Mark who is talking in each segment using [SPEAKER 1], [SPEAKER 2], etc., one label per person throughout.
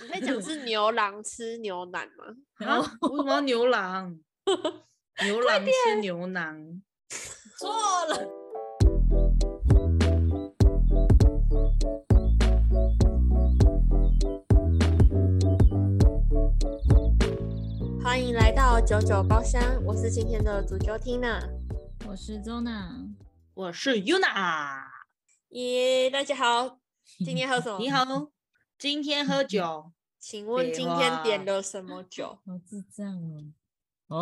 [SPEAKER 1] 你在讲是牛郎吃牛腩吗？
[SPEAKER 2] 然后
[SPEAKER 3] 为什么要 牛郎？牛郎吃牛腩，
[SPEAKER 2] 错了。
[SPEAKER 1] 欢迎来到九九包厢，我是今天的主角 Tina。
[SPEAKER 2] 我是周娜，
[SPEAKER 3] 我是 Yuna。
[SPEAKER 1] 耶、大家好，今天喝什么？
[SPEAKER 3] 你，
[SPEAKER 2] 嗯
[SPEAKER 3] 好，今天喝酒，
[SPEAKER 1] 请问
[SPEAKER 3] 废
[SPEAKER 1] 今天
[SPEAKER 3] 话
[SPEAKER 1] 点了什么酒？
[SPEAKER 2] 好智障哦！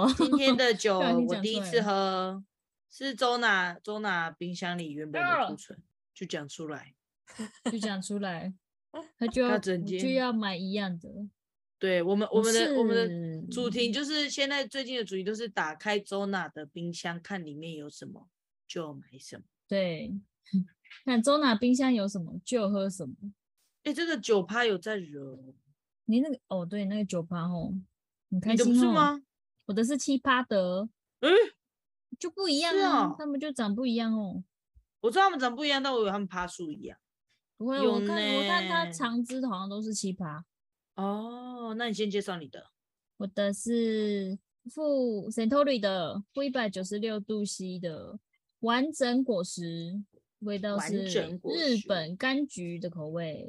[SPEAKER 2] 哦，
[SPEAKER 3] 今天的酒
[SPEAKER 2] 突然间
[SPEAKER 3] 我
[SPEAKER 2] 讲
[SPEAKER 3] 第一
[SPEAKER 2] 出来
[SPEAKER 3] 次
[SPEAKER 2] 了
[SPEAKER 3] 喝，是周娜周娜冰箱里原本的库存，就讲出来。
[SPEAKER 2] 就讲 出来，他就
[SPEAKER 3] 他
[SPEAKER 2] 要
[SPEAKER 3] 整
[SPEAKER 2] 就
[SPEAKER 3] 间
[SPEAKER 2] 要买一样的。
[SPEAKER 3] 对我们我们的我们的
[SPEAKER 2] 的
[SPEAKER 3] 主题就是现在最近的主题就是打开周娜的冰箱，看里面有什么就买什么。
[SPEAKER 2] 对， 看周娜冰箱有什么就喝什么。
[SPEAKER 3] 哎，这个酒趴有在惹，
[SPEAKER 2] 你那个哦，对，那个酒吧哦，很开
[SPEAKER 3] 你的不
[SPEAKER 2] 心
[SPEAKER 3] 是
[SPEAKER 2] 哦。
[SPEAKER 3] 吗？
[SPEAKER 2] 我的是七趴的，
[SPEAKER 3] 诶
[SPEAKER 2] 就不一样
[SPEAKER 3] 是
[SPEAKER 2] 啊
[SPEAKER 3] 哦，
[SPEAKER 2] 他们就长不一样哦。
[SPEAKER 3] 我知道他们长不一样，但我以为他们趴树一样。
[SPEAKER 2] 不会，
[SPEAKER 3] 有
[SPEAKER 2] 我看我看他
[SPEAKER 3] 呢
[SPEAKER 2] 长枝好像都是七趴，
[SPEAKER 3] 哦，那你先介绍你的。
[SPEAKER 2] 我的是负 Centauri 的负一百九十六度 C 的完整果实，味道
[SPEAKER 3] 完
[SPEAKER 2] 是
[SPEAKER 3] 整果
[SPEAKER 2] 日
[SPEAKER 3] 实
[SPEAKER 2] 本柑橘的口味，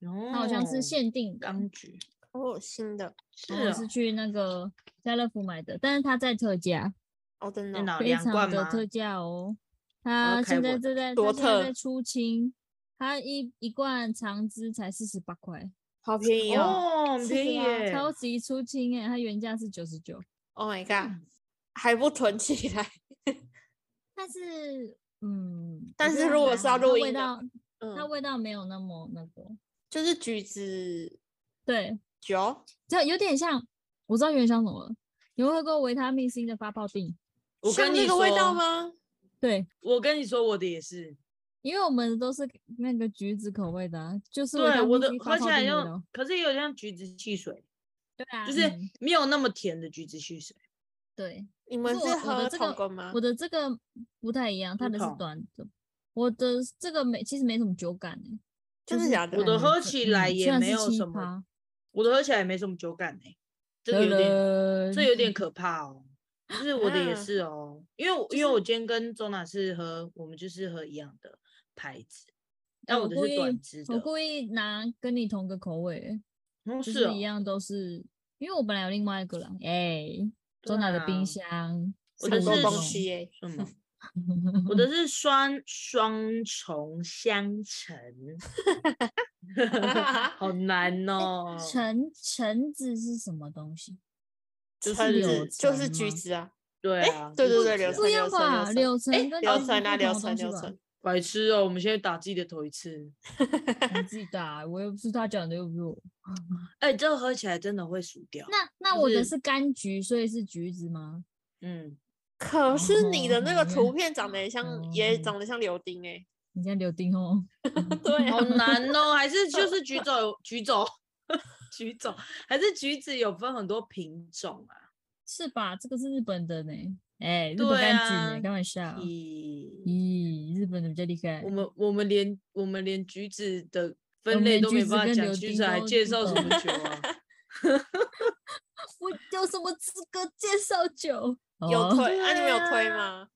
[SPEAKER 3] 哦
[SPEAKER 2] 它好像是限定的，
[SPEAKER 3] 柑橘，
[SPEAKER 1] 哦，新的
[SPEAKER 3] 是
[SPEAKER 2] 然后我是
[SPEAKER 3] 哦
[SPEAKER 2] 去那个家乐福买的，但是它在特价，
[SPEAKER 1] 哦，真的
[SPEAKER 3] 在
[SPEAKER 1] 哦、
[SPEAKER 3] 哪
[SPEAKER 2] 非
[SPEAKER 3] 两
[SPEAKER 2] 常
[SPEAKER 3] 罐
[SPEAKER 2] 的
[SPEAKER 3] 吗
[SPEAKER 2] 特价哦。
[SPEAKER 3] 要
[SPEAKER 2] 它
[SPEAKER 3] 开
[SPEAKER 2] 现在
[SPEAKER 3] 我
[SPEAKER 2] 正在
[SPEAKER 1] 多
[SPEAKER 2] 它现在
[SPEAKER 1] 特
[SPEAKER 2] 在出清，它一一罐长汁才四十八块，
[SPEAKER 1] 好便宜哦
[SPEAKER 3] 哦，很
[SPEAKER 2] 是
[SPEAKER 3] 便宜
[SPEAKER 2] 啊
[SPEAKER 3] 耶，
[SPEAKER 2] 超级出清哎，它原价是九十九。
[SPEAKER 3] 哦
[SPEAKER 1] ！Oh my god，还不囤起来？
[SPEAKER 2] 但是，嗯，
[SPEAKER 1] 但
[SPEAKER 2] 我觉
[SPEAKER 1] 是
[SPEAKER 2] 得
[SPEAKER 1] 如
[SPEAKER 2] 还
[SPEAKER 1] 果是
[SPEAKER 2] 好
[SPEAKER 1] 要录
[SPEAKER 2] 它味
[SPEAKER 1] 音的
[SPEAKER 2] 道它
[SPEAKER 1] 嗯，
[SPEAKER 2] 味道没有那么那个，
[SPEAKER 1] 就是橘子
[SPEAKER 2] 对，
[SPEAKER 1] 酒，
[SPEAKER 2] 这有点像，我知道原香什么了。你们喝过维他命 C 的发泡锭？
[SPEAKER 3] 我
[SPEAKER 1] 像
[SPEAKER 3] 跟你
[SPEAKER 1] 那个
[SPEAKER 3] 说，
[SPEAKER 1] 味道吗？
[SPEAKER 2] 对，
[SPEAKER 3] 我跟你说，我的也是，
[SPEAKER 2] 因为我们都是那个橘子口味的啊、就是维
[SPEAKER 3] 对，
[SPEAKER 2] 他
[SPEAKER 3] 我
[SPEAKER 2] 命
[SPEAKER 3] 的
[SPEAKER 2] C 发
[SPEAKER 3] 喝起
[SPEAKER 2] 泡
[SPEAKER 3] 来
[SPEAKER 2] 锭味
[SPEAKER 3] 像
[SPEAKER 2] 道，
[SPEAKER 3] 可是也有像橘子汽水，
[SPEAKER 2] 对啊，
[SPEAKER 3] 就是
[SPEAKER 2] 嗯
[SPEAKER 3] 没有那么甜的橘子汽水。
[SPEAKER 2] 对。
[SPEAKER 1] 你
[SPEAKER 2] 可
[SPEAKER 1] 们
[SPEAKER 2] 我我
[SPEAKER 1] 喝
[SPEAKER 2] 的这
[SPEAKER 1] 同
[SPEAKER 2] 个
[SPEAKER 1] 个吗？
[SPEAKER 2] 我的这个不太一样，它
[SPEAKER 3] 不
[SPEAKER 2] 的是
[SPEAKER 3] 同
[SPEAKER 2] 短的，我的这个没其实没什么酒感欸
[SPEAKER 1] 真的
[SPEAKER 2] 就是
[SPEAKER 1] 假的
[SPEAKER 2] 不
[SPEAKER 3] 我的
[SPEAKER 2] 太
[SPEAKER 3] 喝
[SPEAKER 2] 能喝
[SPEAKER 3] 起来
[SPEAKER 2] 嗯
[SPEAKER 3] 也
[SPEAKER 2] 虽然
[SPEAKER 3] 没
[SPEAKER 2] 是
[SPEAKER 3] 有
[SPEAKER 2] 七
[SPEAKER 3] 什么
[SPEAKER 2] 趴
[SPEAKER 3] 我的喝起来也没什么酒感哎，这个有点，
[SPEAKER 2] 点
[SPEAKER 3] 这有点可怕 哦。就是我的也
[SPEAKER 2] 嗯
[SPEAKER 1] 啊
[SPEAKER 3] 是哦，因为我因为我今天跟周娜是喝，我们就是喝一样的牌子，但
[SPEAKER 2] 哦我
[SPEAKER 3] 的
[SPEAKER 2] 故
[SPEAKER 3] 是
[SPEAKER 2] 意
[SPEAKER 3] 短汁的
[SPEAKER 2] 我，故意拿跟你同个口味欸，
[SPEAKER 3] 哦
[SPEAKER 2] 就是
[SPEAKER 3] 哦
[SPEAKER 2] 一样都是，因为我本来有另外一个啦，哎，周娜的
[SPEAKER 3] 对啊
[SPEAKER 2] 冰箱，
[SPEAKER 3] 我
[SPEAKER 1] 很
[SPEAKER 3] 的
[SPEAKER 1] 多
[SPEAKER 3] 是
[SPEAKER 1] 东
[SPEAKER 3] 手
[SPEAKER 1] 西耶、
[SPEAKER 3] 什 么？我
[SPEAKER 2] 嗯
[SPEAKER 3] 的是双双重相乘， 好难
[SPEAKER 2] 哎
[SPEAKER 3] 哦。
[SPEAKER 2] 橙橙子是什么东西？
[SPEAKER 3] 就是
[SPEAKER 1] 橙
[SPEAKER 2] 柳
[SPEAKER 1] 子就是
[SPEAKER 2] 橙
[SPEAKER 1] 橘
[SPEAKER 2] 吗
[SPEAKER 1] 子啊，
[SPEAKER 3] 对
[SPEAKER 2] 哎
[SPEAKER 1] 诶
[SPEAKER 3] 啊，
[SPEAKER 1] 对
[SPEAKER 3] 就
[SPEAKER 1] 对
[SPEAKER 3] 是
[SPEAKER 1] 对，
[SPEAKER 3] 这
[SPEAKER 1] 柳
[SPEAKER 3] 样
[SPEAKER 2] 不
[SPEAKER 1] 橙柳
[SPEAKER 2] 一样吧？
[SPEAKER 1] 橙柳
[SPEAKER 2] 柳
[SPEAKER 3] 嗯
[SPEAKER 2] 橙
[SPEAKER 1] 诶
[SPEAKER 2] 跟
[SPEAKER 1] 柳
[SPEAKER 2] 橙
[SPEAKER 1] 橙啊，柳橙
[SPEAKER 2] 橙
[SPEAKER 1] 柳橙，
[SPEAKER 3] 白痴哦！我们现在打自己的头一次。
[SPEAKER 2] 你自己打，啊我又不是他讲的，又不是我。
[SPEAKER 3] 哎，这个喝起来真的会熟掉。
[SPEAKER 2] 那那
[SPEAKER 3] 就
[SPEAKER 2] 我的
[SPEAKER 3] 是
[SPEAKER 2] 是柑橘，所以是橘子吗？
[SPEAKER 3] 嗯，
[SPEAKER 1] 可是你的那个图
[SPEAKER 2] 哦
[SPEAKER 1] 片长得也像，也
[SPEAKER 2] 哦
[SPEAKER 1] 长得像柳丁哎、
[SPEAKER 2] 你像柳丁哦，
[SPEAKER 1] 对
[SPEAKER 3] 好
[SPEAKER 1] 啊，
[SPEAKER 3] 难哦。还是 就是橘子有，橘子有，橘子有，还是橘子有分很多品种啊？
[SPEAKER 2] 是吧？这个是日本的呢，哎，日本
[SPEAKER 3] 对
[SPEAKER 2] 柑橘
[SPEAKER 3] 啊
[SPEAKER 2] 呢，开玩笑。
[SPEAKER 3] 咦，
[SPEAKER 2] 咦，日本的比较厉害
[SPEAKER 3] 我。们我们连我们连橘子的
[SPEAKER 2] 我
[SPEAKER 3] 分
[SPEAKER 2] 们
[SPEAKER 3] 类
[SPEAKER 2] 连
[SPEAKER 3] 都没
[SPEAKER 2] 橘子
[SPEAKER 3] 办法
[SPEAKER 2] 跟
[SPEAKER 3] 讲，
[SPEAKER 2] 柳
[SPEAKER 3] 橘
[SPEAKER 2] 丁
[SPEAKER 3] 子还
[SPEAKER 2] 都
[SPEAKER 3] 介
[SPEAKER 2] 不
[SPEAKER 3] 绍什
[SPEAKER 2] 懂
[SPEAKER 3] 么酒啊？
[SPEAKER 2] 我有什么资格介绍酒？
[SPEAKER 1] 有
[SPEAKER 2] 哦
[SPEAKER 1] 推啊？你们有推
[SPEAKER 3] 对啊
[SPEAKER 1] 吗？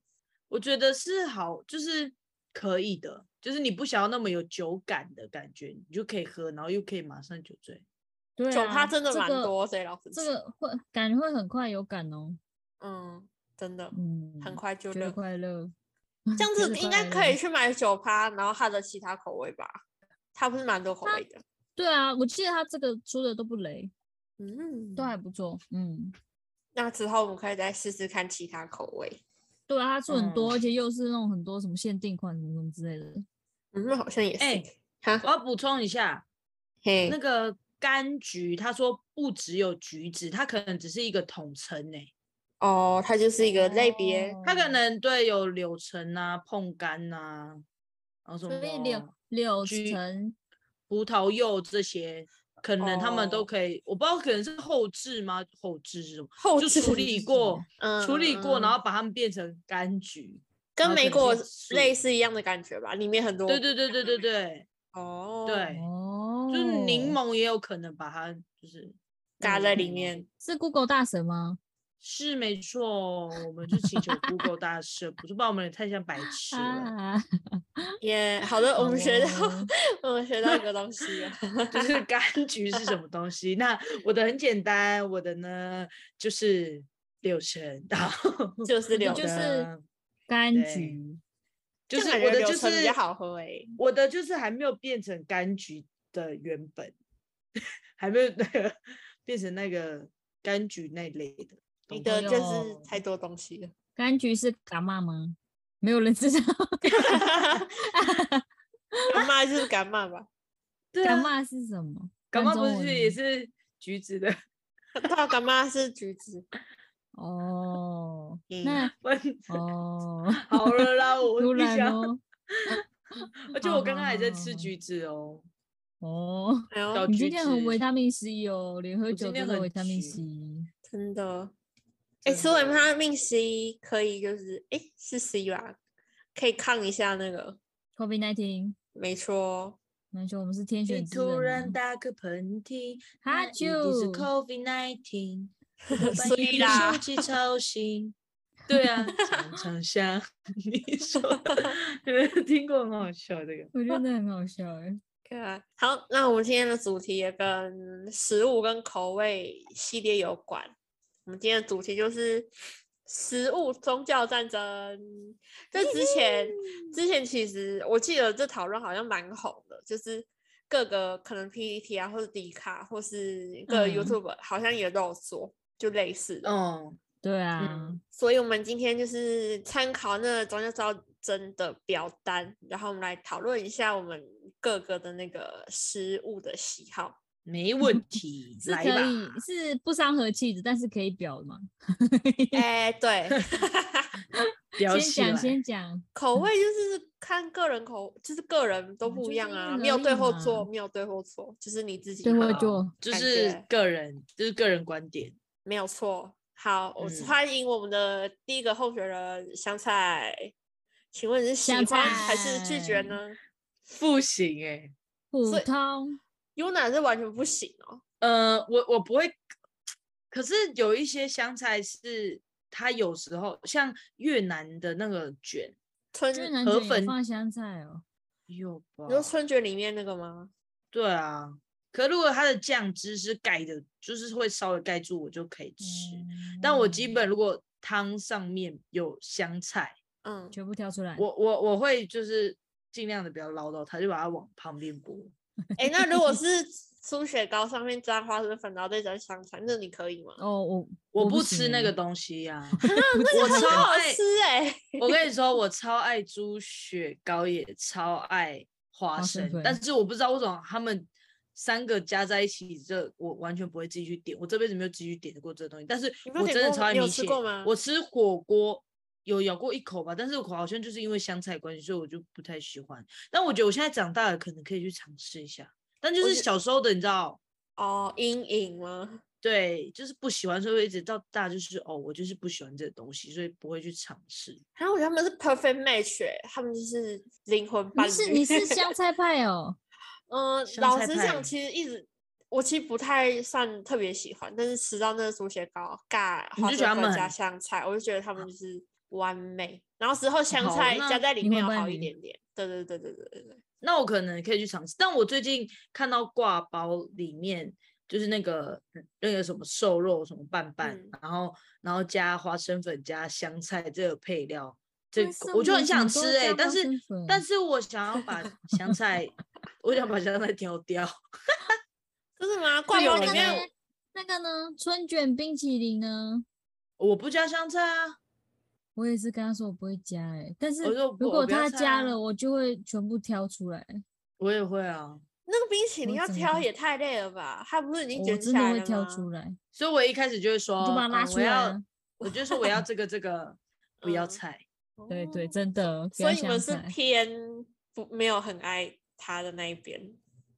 [SPEAKER 3] 我觉得是好，就是可以的，就是你不想要那么有酒感的感觉，你就可以喝，然后又可以马上酒醉。
[SPEAKER 2] 对
[SPEAKER 1] 酒
[SPEAKER 2] 啊
[SPEAKER 1] 趴真的
[SPEAKER 2] 这
[SPEAKER 1] 蛮
[SPEAKER 2] 个
[SPEAKER 1] 多的，欸老实
[SPEAKER 2] 这
[SPEAKER 1] 说
[SPEAKER 2] 个会感觉会很快有感哦，
[SPEAKER 1] 嗯，真的
[SPEAKER 2] 嗯，
[SPEAKER 1] 很快就
[SPEAKER 2] 觉得
[SPEAKER 1] 热。
[SPEAKER 2] 快乐。
[SPEAKER 1] 这样
[SPEAKER 2] 觉
[SPEAKER 1] 子
[SPEAKER 2] 得
[SPEAKER 1] 应该
[SPEAKER 2] 快
[SPEAKER 1] 可以
[SPEAKER 2] 乐。
[SPEAKER 1] 去买酒趴，然后它的其他口味吧，它不是蛮多口味的。
[SPEAKER 2] 对啊，我记得他这个出的都不雷，
[SPEAKER 1] 嗯，
[SPEAKER 3] 啊
[SPEAKER 2] 都还不错。嗯，
[SPEAKER 1] 那之后我们可以再试试看其他口味。
[SPEAKER 2] 对啊，他出很多，而且又是那种很多什么限定款什么什么之类的。
[SPEAKER 1] 嗯，好像也是。
[SPEAKER 3] 哎
[SPEAKER 1] 哈
[SPEAKER 3] 我要补充一下，
[SPEAKER 1] 嘿
[SPEAKER 3] 那，个柑橘，他说不只有橘子，它可能只是一个统称诶、
[SPEAKER 1] 哦，它就是一个类别。
[SPEAKER 3] 它
[SPEAKER 2] 哦
[SPEAKER 3] 可能对有柳橙啊、碰柑啊，然后什
[SPEAKER 2] 所
[SPEAKER 3] 么
[SPEAKER 2] 以柳柳
[SPEAKER 3] 橘
[SPEAKER 2] 橙
[SPEAKER 3] 葡萄柚这些，可能他们
[SPEAKER 1] 哦
[SPEAKER 3] 都可以，我不知道可能是后置吗？后置是什么？
[SPEAKER 1] 后
[SPEAKER 3] 就
[SPEAKER 1] 置
[SPEAKER 3] 处
[SPEAKER 1] 是
[SPEAKER 3] 理
[SPEAKER 2] 什
[SPEAKER 3] 过
[SPEAKER 2] 么，
[SPEAKER 1] 嗯
[SPEAKER 3] 处理过，
[SPEAKER 1] 嗯
[SPEAKER 3] 然
[SPEAKER 1] 嗯
[SPEAKER 3] 后把它们变成柑橘。
[SPEAKER 1] 跟
[SPEAKER 3] 然后
[SPEAKER 1] 梅
[SPEAKER 3] 可能
[SPEAKER 1] 果
[SPEAKER 3] 是树
[SPEAKER 1] 类似一样的感觉吧，里面很多
[SPEAKER 3] 对对对对对对，
[SPEAKER 1] 哦，
[SPEAKER 3] 对
[SPEAKER 2] 哦，
[SPEAKER 3] 就是柠檬也有可能把它就是
[SPEAKER 1] 嘎在里面。
[SPEAKER 2] 是 Google 大神吗？
[SPEAKER 3] 是没错，我们就祈求 Google 大赦，不是把我们也太 像白痴了，
[SPEAKER 2] 啊，
[SPEAKER 1] 耶、好的，我们学到，
[SPEAKER 2] 好哦
[SPEAKER 1] 我们学到一个东西了。
[SPEAKER 3] 就是 柑橘是什么东西？那我的很简单，我的呢就是柳橙，然后
[SPEAKER 1] 就是柳
[SPEAKER 2] 就
[SPEAKER 1] 橙
[SPEAKER 2] 是
[SPEAKER 3] 的
[SPEAKER 2] 柑
[SPEAKER 3] 对
[SPEAKER 2] 橘，
[SPEAKER 3] 就
[SPEAKER 1] 这
[SPEAKER 3] 是
[SPEAKER 1] 样
[SPEAKER 3] 我
[SPEAKER 1] 感觉
[SPEAKER 3] 的
[SPEAKER 1] 柳
[SPEAKER 3] 就
[SPEAKER 1] 橙
[SPEAKER 3] 是
[SPEAKER 1] 比较好喝欸
[SPEAKER 3] 我的就是还没有变成柑橘的原本，还没有 那个变成那个柑橘那类的
[SPEAKER 1] 你
[SPEAKER 3] 东西。
[SPEAKER 1] 的
[SPEAKER 2] 哎
[SPEAKER 1] 就
[SPEAKER 2] 呦
[SPEAKER 1] 是太多东西 了。
[SPEAKER 2] 柑橘是伽马吗？没有人知道，
[SPEAKER 1] 干妈就是干妈吧？
[SPEAKER 3] 对
[SPEAKER 2] 伽
[SPEAKER 3] 啊，
[SPEAKER 2] 马是什么？
[SPEAKER 3] 感
[SPEAKER 2] 不然
[SPEAKER 3] 冒
[SPEAKER 2] 中
[SPEAKER 3] 不
[SPEAKER 2] 文
[SPEAKER 3] 是也
[SPEAKER 2] 呢
[SPEAKER 3] 是橘子的？
[SPEAKER 1] 对，干妈是橘子。
[SPEAKER 2] 哦，
[SPEAKER 1] 嗯
[SPEAKER 2] 那
[SPEAKER 3] 我
[SPEAKER 2] 哦，
[SPEAKER 3] 好了啦，我
[SPEAKER 2] 突
[SPEAKER 3] 不
[SPEAKER 2] 然
[SPEAKER 3] 想，
[SPEAKER 2] 哦，
[SPEAKER 3] 而且我刚刚还在吃
[SPEAKER 2] 好
[SPEAKER 3] 橘子哦。
[SPEAKER 2] 哦，
[SPEAKER 1] 哎呦
[SPEAKER 3] 小，
[SPEAKER 2] 你
[SPEAKER 3] 橘
[SPEAKER 2] 今天很
[SPEAKER 3] 子
[SPEAKER 2] 维他命 C 哦，连喝
[SPEAKER 3] 我
[SPEAKER 2] 酒
[SPEAKER 3] 今天
[SPEAKER 2] 都有
[SPEAKER 3] 很
[SPEAKER 2] 维他命
[SPEAKER 3] 橘
[SPEAKER 2] C，
[SPEAKER 1] 真的。哎、
[SPEAKER 3] 真
[SPEAKER 1] 吃维
[SPEAKER 3] 的
[SPEAKER 1] 他命 C 可以，就是哎、是 C 吧？可以抗一下那个，
[SPEAKER 2] ，COVID nineteen，
[SPEAKER 1] 没错。哦
[SPEAKER 2] 难说我们是天
[SPEAKER 3] 你
[SPEAKER 2] 选之
[SPEAKER 3] 突然
[SPEAKER 2] 人啊，
[SPEAKER 3] 打个喷嚏，
[SPEAKER 2] 哈
[SPEAKER 3] 那一定是
[SPEAKER 2] 啾
[SPEAKER 3] COVID nineteen，
[SPEAKER 1] 所以啦
[SPEAKER 3] 手机吵醒。对啊，常常想你说，你们 听过很好笑这个？
[SPEAKER 2] 我 觉得很好笑哎，
[SPEAKER 1] 对啊，好，那我们今天的主题也跟食物跟口味系列有关。我们今天的主题就是食物宗教战争。这之前，之前其实我记得这讨论好像蛮红的，就是各个可能 PPT 啊，或是迪卡，或是各个
[SPEAKER 2] 嗯
[SPEAKER 1] YouTube 好像也都有做，就类似的。
[SPEAKER 3] 哦，
[SPEAKER 2] 对啊，
[SPEAKER 1] 所以我们今天就是参考那个宗教照真的表单，然后我们来讨论一下我们各个的那个食物的喜 好。
[SPEAKER 3] 没问题，
[SPEAKER 2] 是
[SPEAKER 3] 来
[SPEAKER 2] 可以
[SPEAKER 3] 吧。
[SPEAKER 2] 是不伤和气的，但是可以表的嘛，
[SPEAKER 1] 哎、 对，
[SPEAKER 3] 聊起
[SPEAKER 2] 先
[SPEAKER 3] 来
[SPEAKER 2] 讲先讲，
[SPEAKER 1] 口味就是看个人口，就是个人都
[SPEAKER 2] 嗯
[SPEAKER 1] 不
[SPEAKER 2] 就
[SPEAKER 1] 一样
[SPEAKER 2] 是
[SPEAKER 1] 啊，
[SPEAKER 2] 因
[SPEAKER 1] 没有
[SPEAKER 2] 人
[SPEAKER 1] 对
[SPEAKER 2] 而
[SPEAKER 1] 或
[SPEAKER 2] 异嘛
[SPEAKER 1] 错，没有对或错，就是你自己
[SPEAKER 2] 对或
[SPEAKER 1] 好
[SPEAKER 2] 错，
[SPEAKER 3] 就
[SPEAKER 1] 感
[SPEAKER 3] 是
[SPEAKER 1] 觉
[SPEAKER 3] 个人，就是个人观点。
[SPEAKER 1] 没有错。好，我
[SPEAKER 3] 嗯
[SPEAKER 1] 欢迎我们的第一个候选人香菜，请问你是喜
[SPEAKER 2] 香
[SPEAKER 1] 欢还是拒绝
[SPEAKER 2] 菜
[SPEAKER 1] 呢
[SPEAKER 3] 不行哎，
[SPEAKER 2] 普
[SPEAKER 1] 所以
[SPEAKER 2] 通，
[SPEAKER 1] ？Yuna 是完全不行哦。
[SPEAKER 3] 呃，我我不会，可是有一些香菜是它有时候像越南的那个卷
[SPEAKER 1] 春
[SPEAKER 2] 越南
[SPEAKER 3] 河
[SPEAKER 2] 卷有
[SPEAKER 3] 粉
[SPEAKER 2] 放香菜哦，
[SPEAKER 3] 有吧
[SPEAKER 1] 你？说春卷里面那个吗？
[SPEAKER 3] 对啊，可如果它的酱汁是盖的，就是会稍微盖住，我就可以吃。但我基
[SPEAKER 2] 嗯
[SPEAKER 3] 本如果汤上面有香菜，
[SPEAKER 1] 嗯，
[SPEAKER 2] 全部挑出来，
[SPEAKER 3] 我我我会就是尽量的不要捞到它，就把它往旁边拨。
[SPEAKER 1] 哎、那如果是猪血糕上面沾花生粉，然后再沾香菜，那你可以吗？
[SPEAKER 2] 哦，我
[SPEAKER 3] 我不
[SPEAKER 2] 不
[SPEAKER 3] 吃那个
[SPEAKER 2] 东，
[SPEAKER 3] 东 西呀、
[SPEAKER 1] 那
[SPEAKER 3] 我
[SPEAKER 1] 欸个很
[SPEAKER 3] 超
[SPEAKER 1] 好
[SPEAKER 3] 爱
[SPEAKER 1] 吃哎、
[SPEAKER 3] 我跟你说，我超爱猪血糕，也超爱花
[SPEAKER 2] 花生
[SPEAKER 3] 生，
[SPEAKER 2] 粉
[SPEAKER 3] 但是我不知道为什么他们三个加在一起，这我完全不会自己去点，我这辈子没有自己去点过这个东西。但是
[SPEAKER 1] 你没有
[SPEAKER 3] 我
[SPEAKER 1] 点
[SPEAKER 3] 真的
[SPEAKER 1] 过
[SPEAKER 3] 超
[SPEAKER 1] 吗
[SPEAKER 3] 爱
[SPEAKER 1] 你有
[SPEAKER 3] 米
[SPEAKER 1] 吃
[SPEAKER 3] 血
[SPEAKER 1] 过吗，
[SPEAKER 3] 我吃火锅有咬过一口吧，但是我好像就是因为香菜的关系，所以我就不太喜欢。但我觉得我现在长大了，可能可以去尝试一下。但就
[SPEAKER 1] 我
[SPEAKER 3] 是
[SPEAKER 1] 觉
[SPEAKER 3] 小时候的，你知道，
[SPEAKER 1] 哦，阴影吗？
[SPEAKER 3] 对，就是不喜欢，所以我一直到大就是哦，我就是不喜欢这个东西，所以不会去尝试。
[SPEAKER 1] 然啊后我觉得他们是 perfect match，、欸、他们就是灵魂伴
[SPEAKER 2] 你
[SPEAKER 1] 侣。
[SPEAKER 2] 是 你是香菜派哦，
[SPEAKER 1] 嗯，
[SPEAKER 3] 香
[SPEAKER 1] 老
[SPEAKER 3] 菜
[SPEAKER 1] 实
[SPEAKER 3] 派
[SPEAKER 1] 讲，其实一直我其实不太算特别喜欢，但是吃到那个猪血糕尬
[SPEAKER 3] 你
[SPEAKER 1] 花
[SPEAKER 3] 就觉得他
[SPEAKER 1] 生粉
[SPEAKER 3] 们
[SPEAKER 1] 加
[SPEAKER 3] 很
[SPEAKER 1] 香菜，我就觉得他们就是完美。然后之后香
[SPEAKER 3] 哦好
[SPEAKER 1] 菜
[SPEAKER 3] 那
[SPEAKER 1] 加在里
[SPEAKER 2] 灵
[SPEAKER 1] 面
[SPEAKER 2] 魂
[SPEAKER 1] 要
[SPEAKER 2] 伴
[SPEAKER 1] 好一
[SPEAKER 2] 侣
[SPEAKER 1] 点点。对对对对对对对。
[SPEAKER 3] 那我可能可以去尝试。但我最近看到挂包里面就是那个那个什么瘦肉什么拌拌，
[SPEAKER 1] 嗯
[SPEAKER 3] 然后然后加花生粉加香菜这个配料，这
[SPEAKER 2] 为
[SPEAKER 3] 个
[SPEAKER 2] 什
[SPEAKER 3] 我就
[SPEAKER 2] 么
[SPEAKER 3] 很
[SPEAKER 2] 什么
[SPEAKER 3] 想
[SPEAKER 2] 都
[SPEAKER 3] 吃
[SPEAKER 2] 要
[SPEAKER 3] 哎、
[SPEAKER 2] 加
[SPEAKER 3] 但
[SPEAKER 2] 花
[SPEAKER 3] 是
[SPEAKER 2] 生
[SPEAKER 3] 但
[SPEAKER 2] 粉
[SPEAKER 3] 是我想要把香菜，我想把香菜挑掉。
[SPEAKER 1] 真的吗？罐
[SPEAKER 3] 有
[SPEAKER 1] 头
[SPEAKER 2] 那
[SPEAKER 1] 里
[SPEAKER 2] 个
[SPEAKER 3] 人
[SPEAKER 1] 面
[SPEAKER 2] 呢，那个呢，春卷冰淇淋呢，
[SPEAKER 3] 我不加香菜啊，
[SPEAKER 2] 我也是跟他说我不会加哎、但是
[SPEAKER 3] 我说
[SPEAKER 2] 如
[SPEAKER 3] 我
[SPEAKER 2] 果
[SPEAKER 3] 不要
[SPEAKER 2] 他
[SPEAKER 3] 菜
[SPEAKER 2] 加
[SPEAKER 3] 啊
[SPEAKER 2] 了，我就会全部挑出来，
[SPEAKER 3] 我也会啊，
[SPEAKER 1] 那个冰淇
[SPEAKER 2] 我
[SPEAKER 1] 淋要
[SPEAKER 2] 怎么
[SPEAKER 1] 挑
[SPEAKER 2] 办
[SPEAKER 1] 也太累了吧？它不是已经
[SPEAKER 2] 我
[SPEAKER 1] 卷起
[SPEAKER 2] 真的
[SPEAKER 1] 来
[SPEAKER 2] 会
[SPEAKER 1] 了
[SPEAKER 2] 挑
[SPEAKER 1] 吗？
[SPEAKER 2] 出来，
[SPEAKER 3] 所以我一开始就会说，
[SPEAKER 2] 我就把它拉
[SPEAKER 3] 嗯
[SPEAKER 2] 出
[SPEAKER 3] 我
[SPEAKER 2] 来
[SPEAKER 3] 要
[SPEAKER 2] 啊，
[SPEAKER 3] 我就说我要这个这 个，不要
[SPEAKER 1] 嗯
[SPEAKER 3] 菜。
[SPEAKER 2] 对对，
[SPEAKER 1] 哦
[SPEAKER 2] 真的，不
[SPEAKER 1] 所
[SPEAKER 2] 要
[SPEAKER 1] 以你们
[SPEAKER 2] 香
[SPEAKER 1] 是
[SPEAKER 2] 菜
[SPEAKER 1] 偏不没有很爱它的那一边，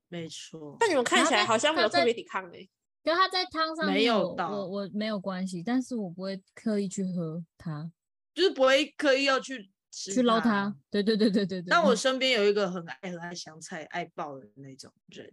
[SPEAKER 3] 没错，
[SPEAKER 1] 但你们看
[SPEAKER 2] 然
[SPEAKER 1] 起
[SPEAKER 2] 后
[SPEAKER 1] 来
[SPEAKER 2] 在
[SPEAKER 1] 好像没
[SPEAKER 2] 它
[SPEAKER 1] 有特
[SPEAKER 2] 在
[SPEAKER 1] 别抵抗欸诶、
[SPEAKER 2] 可是它在汤上
[SPEAKER 3] 没
[SPEAKER 2] 面
[SPEAKER 3] 有
[SPEAKER 2] 我
[SPEAKER 3] 到
[SPEAKER 2] 我我没有关系，但是我不会刻意去喝它。
[SPEAKER 3] 就是不会刻意要去吃
[SPEAKER 2] 去捞
[SPEAKER 1] 啊
[SPEAKER 2] 它。对对对对对对。
[SPEAKER 3] 但我身边有一个很爱很爱香菜、爱爆的那种人，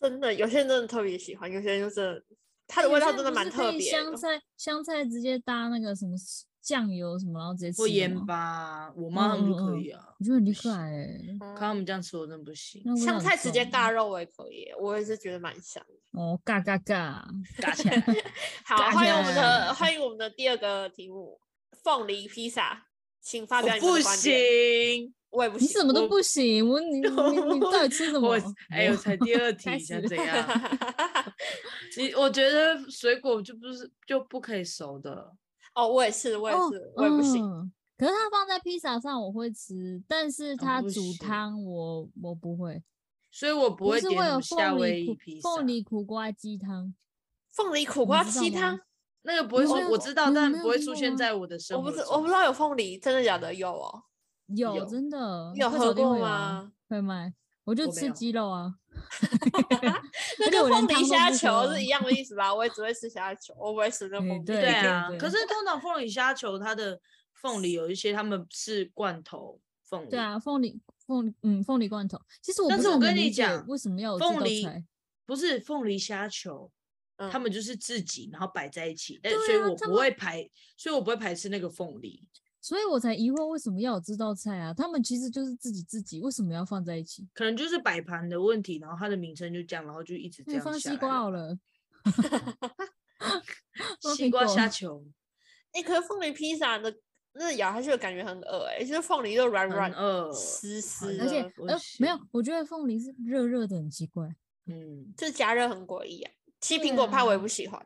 [SPEAKER 1] 真的有些人真的特别喜欢，有些人就是它
[SPEAKER 2] 它
[SPEAKER 1] 的味道真的蛮特别
[SPEAKER 2] 香
[SPEAKER 1] 的
[SPEAKER 2] 菜香菜直接搭那个什么酱油什么，然后直接吃
[SPEAKER 3] 或
[SPEAKER 2] 的
[SPEAKER 3] 盐
[SPEAKER 2] 吗，嗯
[SPEAKER 3] 巴，我妈他们就可以啊。
[SPEAKER 2] 我觉得很厉害欸。
[SPEAKER 1] 嗯
[SPEAKER 3] 看他们这样吃，我真的不行，
[SPEAKER 2] 那味道
[SPEAKER 1] 香
[SPEAKER 2] 很
[SPEAKER 1] 菜直接
[SPEAKER 2] 重
[SPEAKER 1] 尬肉我也可以，我也是觉得蛮香的。
[SPEAKER 2] 哦，嘎嘎嘎，
[SPEAKER 3] 尬起来。
[SPEAKER 1] 好，
[SPEAKER 2] 尬
[SPEAKER 1] 欢迎我们
[SPEAKER 2] 起来
[SPEAKER 1] 的欢迎我们的第二个题目——凤梨披萨，请发
[SPEAKER 3] 我
[SPEAKER 1] 表你们
[SPEAKER 3] 不
[SPEAKER 1] 的观点。
[SPEAKER 3] 行，
[SPEAKER 1] 我也不
[SPEAKER 2] 你
[SPEAKER 1] 行，
[SPEAKER 2] 什么都
[SPEAKER 1] 我
[SPEAKER 2] 不行，我你你你到底吃什么
[SPEAKER 3] 我？ 哎呦，
[SPEAKER 2] 我
[SPEAKER 3] 才第二题，
[SPEAKER 2] 开
[SPEAKER 3] 想
[SPEAKER 2] 始
[SPEAKER 3] 怎样？你我觉得水果就不是就不可以熟的，
[SPEAKER 1] 哦，我也是，我也
[SPEAKER 2] 哦
[SPEAKER 1] 是，我也不行。
[SPEAKER 2] 嗯可是它放在披萨上我会吃，但是它
[SPEAKER 3] 嗯不
[SPEAKER 2] 煮
[SPEAKER 3] 行
[SPEAKER 2] 汤我我不会。
[SPEAKER 3] 所以我不
[SPEAKER 2] 不
[SPEAKER 3] 会
[SPEAKER 2] 是
[SPEAKER 3] 点
[SPEAKER 2] 会
[SPEAKER 3] 什
[SPEAKER 2] 有
[SPEAKER 3] 么夏
[SPEAKER 2] 凤
[SPEAKER 3] 威
[SPEAKER 2] 梨
[SPEAKER 3] 夷
[SPEAKER 2] 苦
[SPEAKER 3] 披萨，
[SPEAKER 2] 凤梨苦瓜鸡汤，
[SPEAKER 1] 凤梨苦
[SPEAKER 2] 你
[SPEAKER 1] 瓜
[SPEAKER 2] 知道
[SPEAKER 1] 鸡
[SPEAKER 2] 吗
[SPEAKER 1] 汤，
[SPEAKER 3] 那个不会
[SPEAKER 2] 你
[SPEAKER 3] 出
[SPEAKER 2] 没，有
[SPEAKER 3] 我知道，
[SPEAKER 2] 你
[SPEAKER 3] 但
[SPEAKER 2] 没有
[SPEAKER 3] 不会
[SPEAKER 2] 听
[SPEAKER 3] 出
[SPEAKER 2] 过
[SPEAKER 3] 现
[SPEAKER 2] 吗
[SPEAKER 3] 在我的生
[SPEAKER 1] 我
[SPEAKER 3] 活
[SPEAKER 1] 不
[SPEAKER 3] 中。
[SPEAKER 1] 知我不知道有凤梨，真的假的？有哦，
[SPEAKER 2] 有
[SPEAKER 3] 有
[SPEAKER 2] 真的，
[SPEAKER 1] 你有
[SPEAKER 2] 快
[SPEAKER 1] 喝
[SPEAKER 2] 炒店
[SPEAKER 1] 过
[SPEAKER 2] 会有啊
[SPEAKER 1] 吗？
[SPEAKER 2] 会卖，我就
[SPEAKER 3] 我没
[SPEAKER 2] 吃
[SPEAKER 3] 有
[SPEAKER 2] 鸡肉啊。
[SPEAKER 1] 那
[SPEAKER 2] 而且我
[SPEAKER 1] 跟
[SPEAKER 2] 连
[SPEAKER 1] 凤
[SPEAKER 2] 汤
[SPEAKER 1] 梨
[SPEAKER 2] 都
[SPEAKER 1] 虾
[SPEAKER 2] 不
[SPEAKER 1] 球
[SPEAKER 2] 喝
[SPEAKER 1] 是一样的意思吧？我也只会吃虾球，我不会吃那
[SPEAKER 2] 哎
[SPEAKER 1] 凤梨。
[SPEAKER 2] 对
[SPEAKER 3] 对
[SPEAKER 2] 对
[SPEAKER 3] 啊，
[SPEAKER 2] 对
[SPEAKER 3] 可是通常凤梨虾球它的凤梨有一些，他们是罐头凤梨。
[SPEAKER 2] 对啊，凤梨凤梨嗯凤梨罐头，其实我
[SPEAKER 3] 但
[SPEAKER 2] 不
[SPEAKER 3] 是
[SPEAKER 2] 很
[SPEAKER 3] 我跟
[SPEAKER 2] 理
[SPEAKER 3] 你
[SPEAKER 2] 解
[SPEAKER 3] 讲
[SPEAKER 2] 为什么要有这
[SPEAKER 3] 凤
[SPEAKER 2] 道
[SPEAKER 3] 梨
[SPEAKER 2] 菜？
[SPEAKER 3] 不是凤梨虾球，
[SPEAKER 1] 嗯
[SPEAKER 3] 他们就是自己然后摆在一起，但
[SPEAKER 2] 对
[SPEAKER 3] 所以
[SPEAKER 2] 啊
[SPEAKER 3] 我
[SPEAKER 2] 他
[SPEAKER 3] 不
[SPEAKER 2] 们
[SPEAKER 3] 会排，所以我不会排斥那个凤梨。
[SPEAKER 2] 所以我才疑惑为什么要有这道菜啊？他们其实就是自己自己，为什么要放在一起？
[SPEAKER 3] 可能就是摆盘的问题，然后它的名称就这样，然后就一直这
[SPEAKER 2] 那你
[SPEAKER 3] 样
[SPEAKER 2] 放
[SPEAKER 3] 下
[SPEAKER 2] 西
[SPEAKER 3] 来
[SPEAKER 2] 瓜
[SPEAKER 3] 了
[SPEAKER 2] 好
[SPEAKER 3] 吧，
[SPEAKER 2] 了，放
[SPEAKER 3] 西
[SPEAKER 2] 苹
[SPEAKER 3] 瓜
[SPEAKER 2] 果哦
[SPEAKER 3] 虾球
[SPEAKER 1] 哎、可是凤梨披萨的那咬下去的感觉很恶哎、就是凤梨就软
[SPEAKER 3] 很
[SPEAKER 1] 软、
[SPEAKER 3] 饿，
[SPEAKER 1] 湿湿
[SPEAKER 2] 而且
[SPEAKER 1] 的，
[SPEAKER 3] 我
[SPEAKER 2] 呃没有
[SPEAKER 3] 是，
[SPEAKER 2] 我觉得凤梨是热热的，很奇怪。
[SPEAKER 3] 嗯
[SPEAKER 1] 这加热很诡异啊。其实
[SPEAKER 2] 对
[SPEAKER 1] 苹果派我也
[SPEAKER 2] 啊
[SPEAKER 1] 不喜欢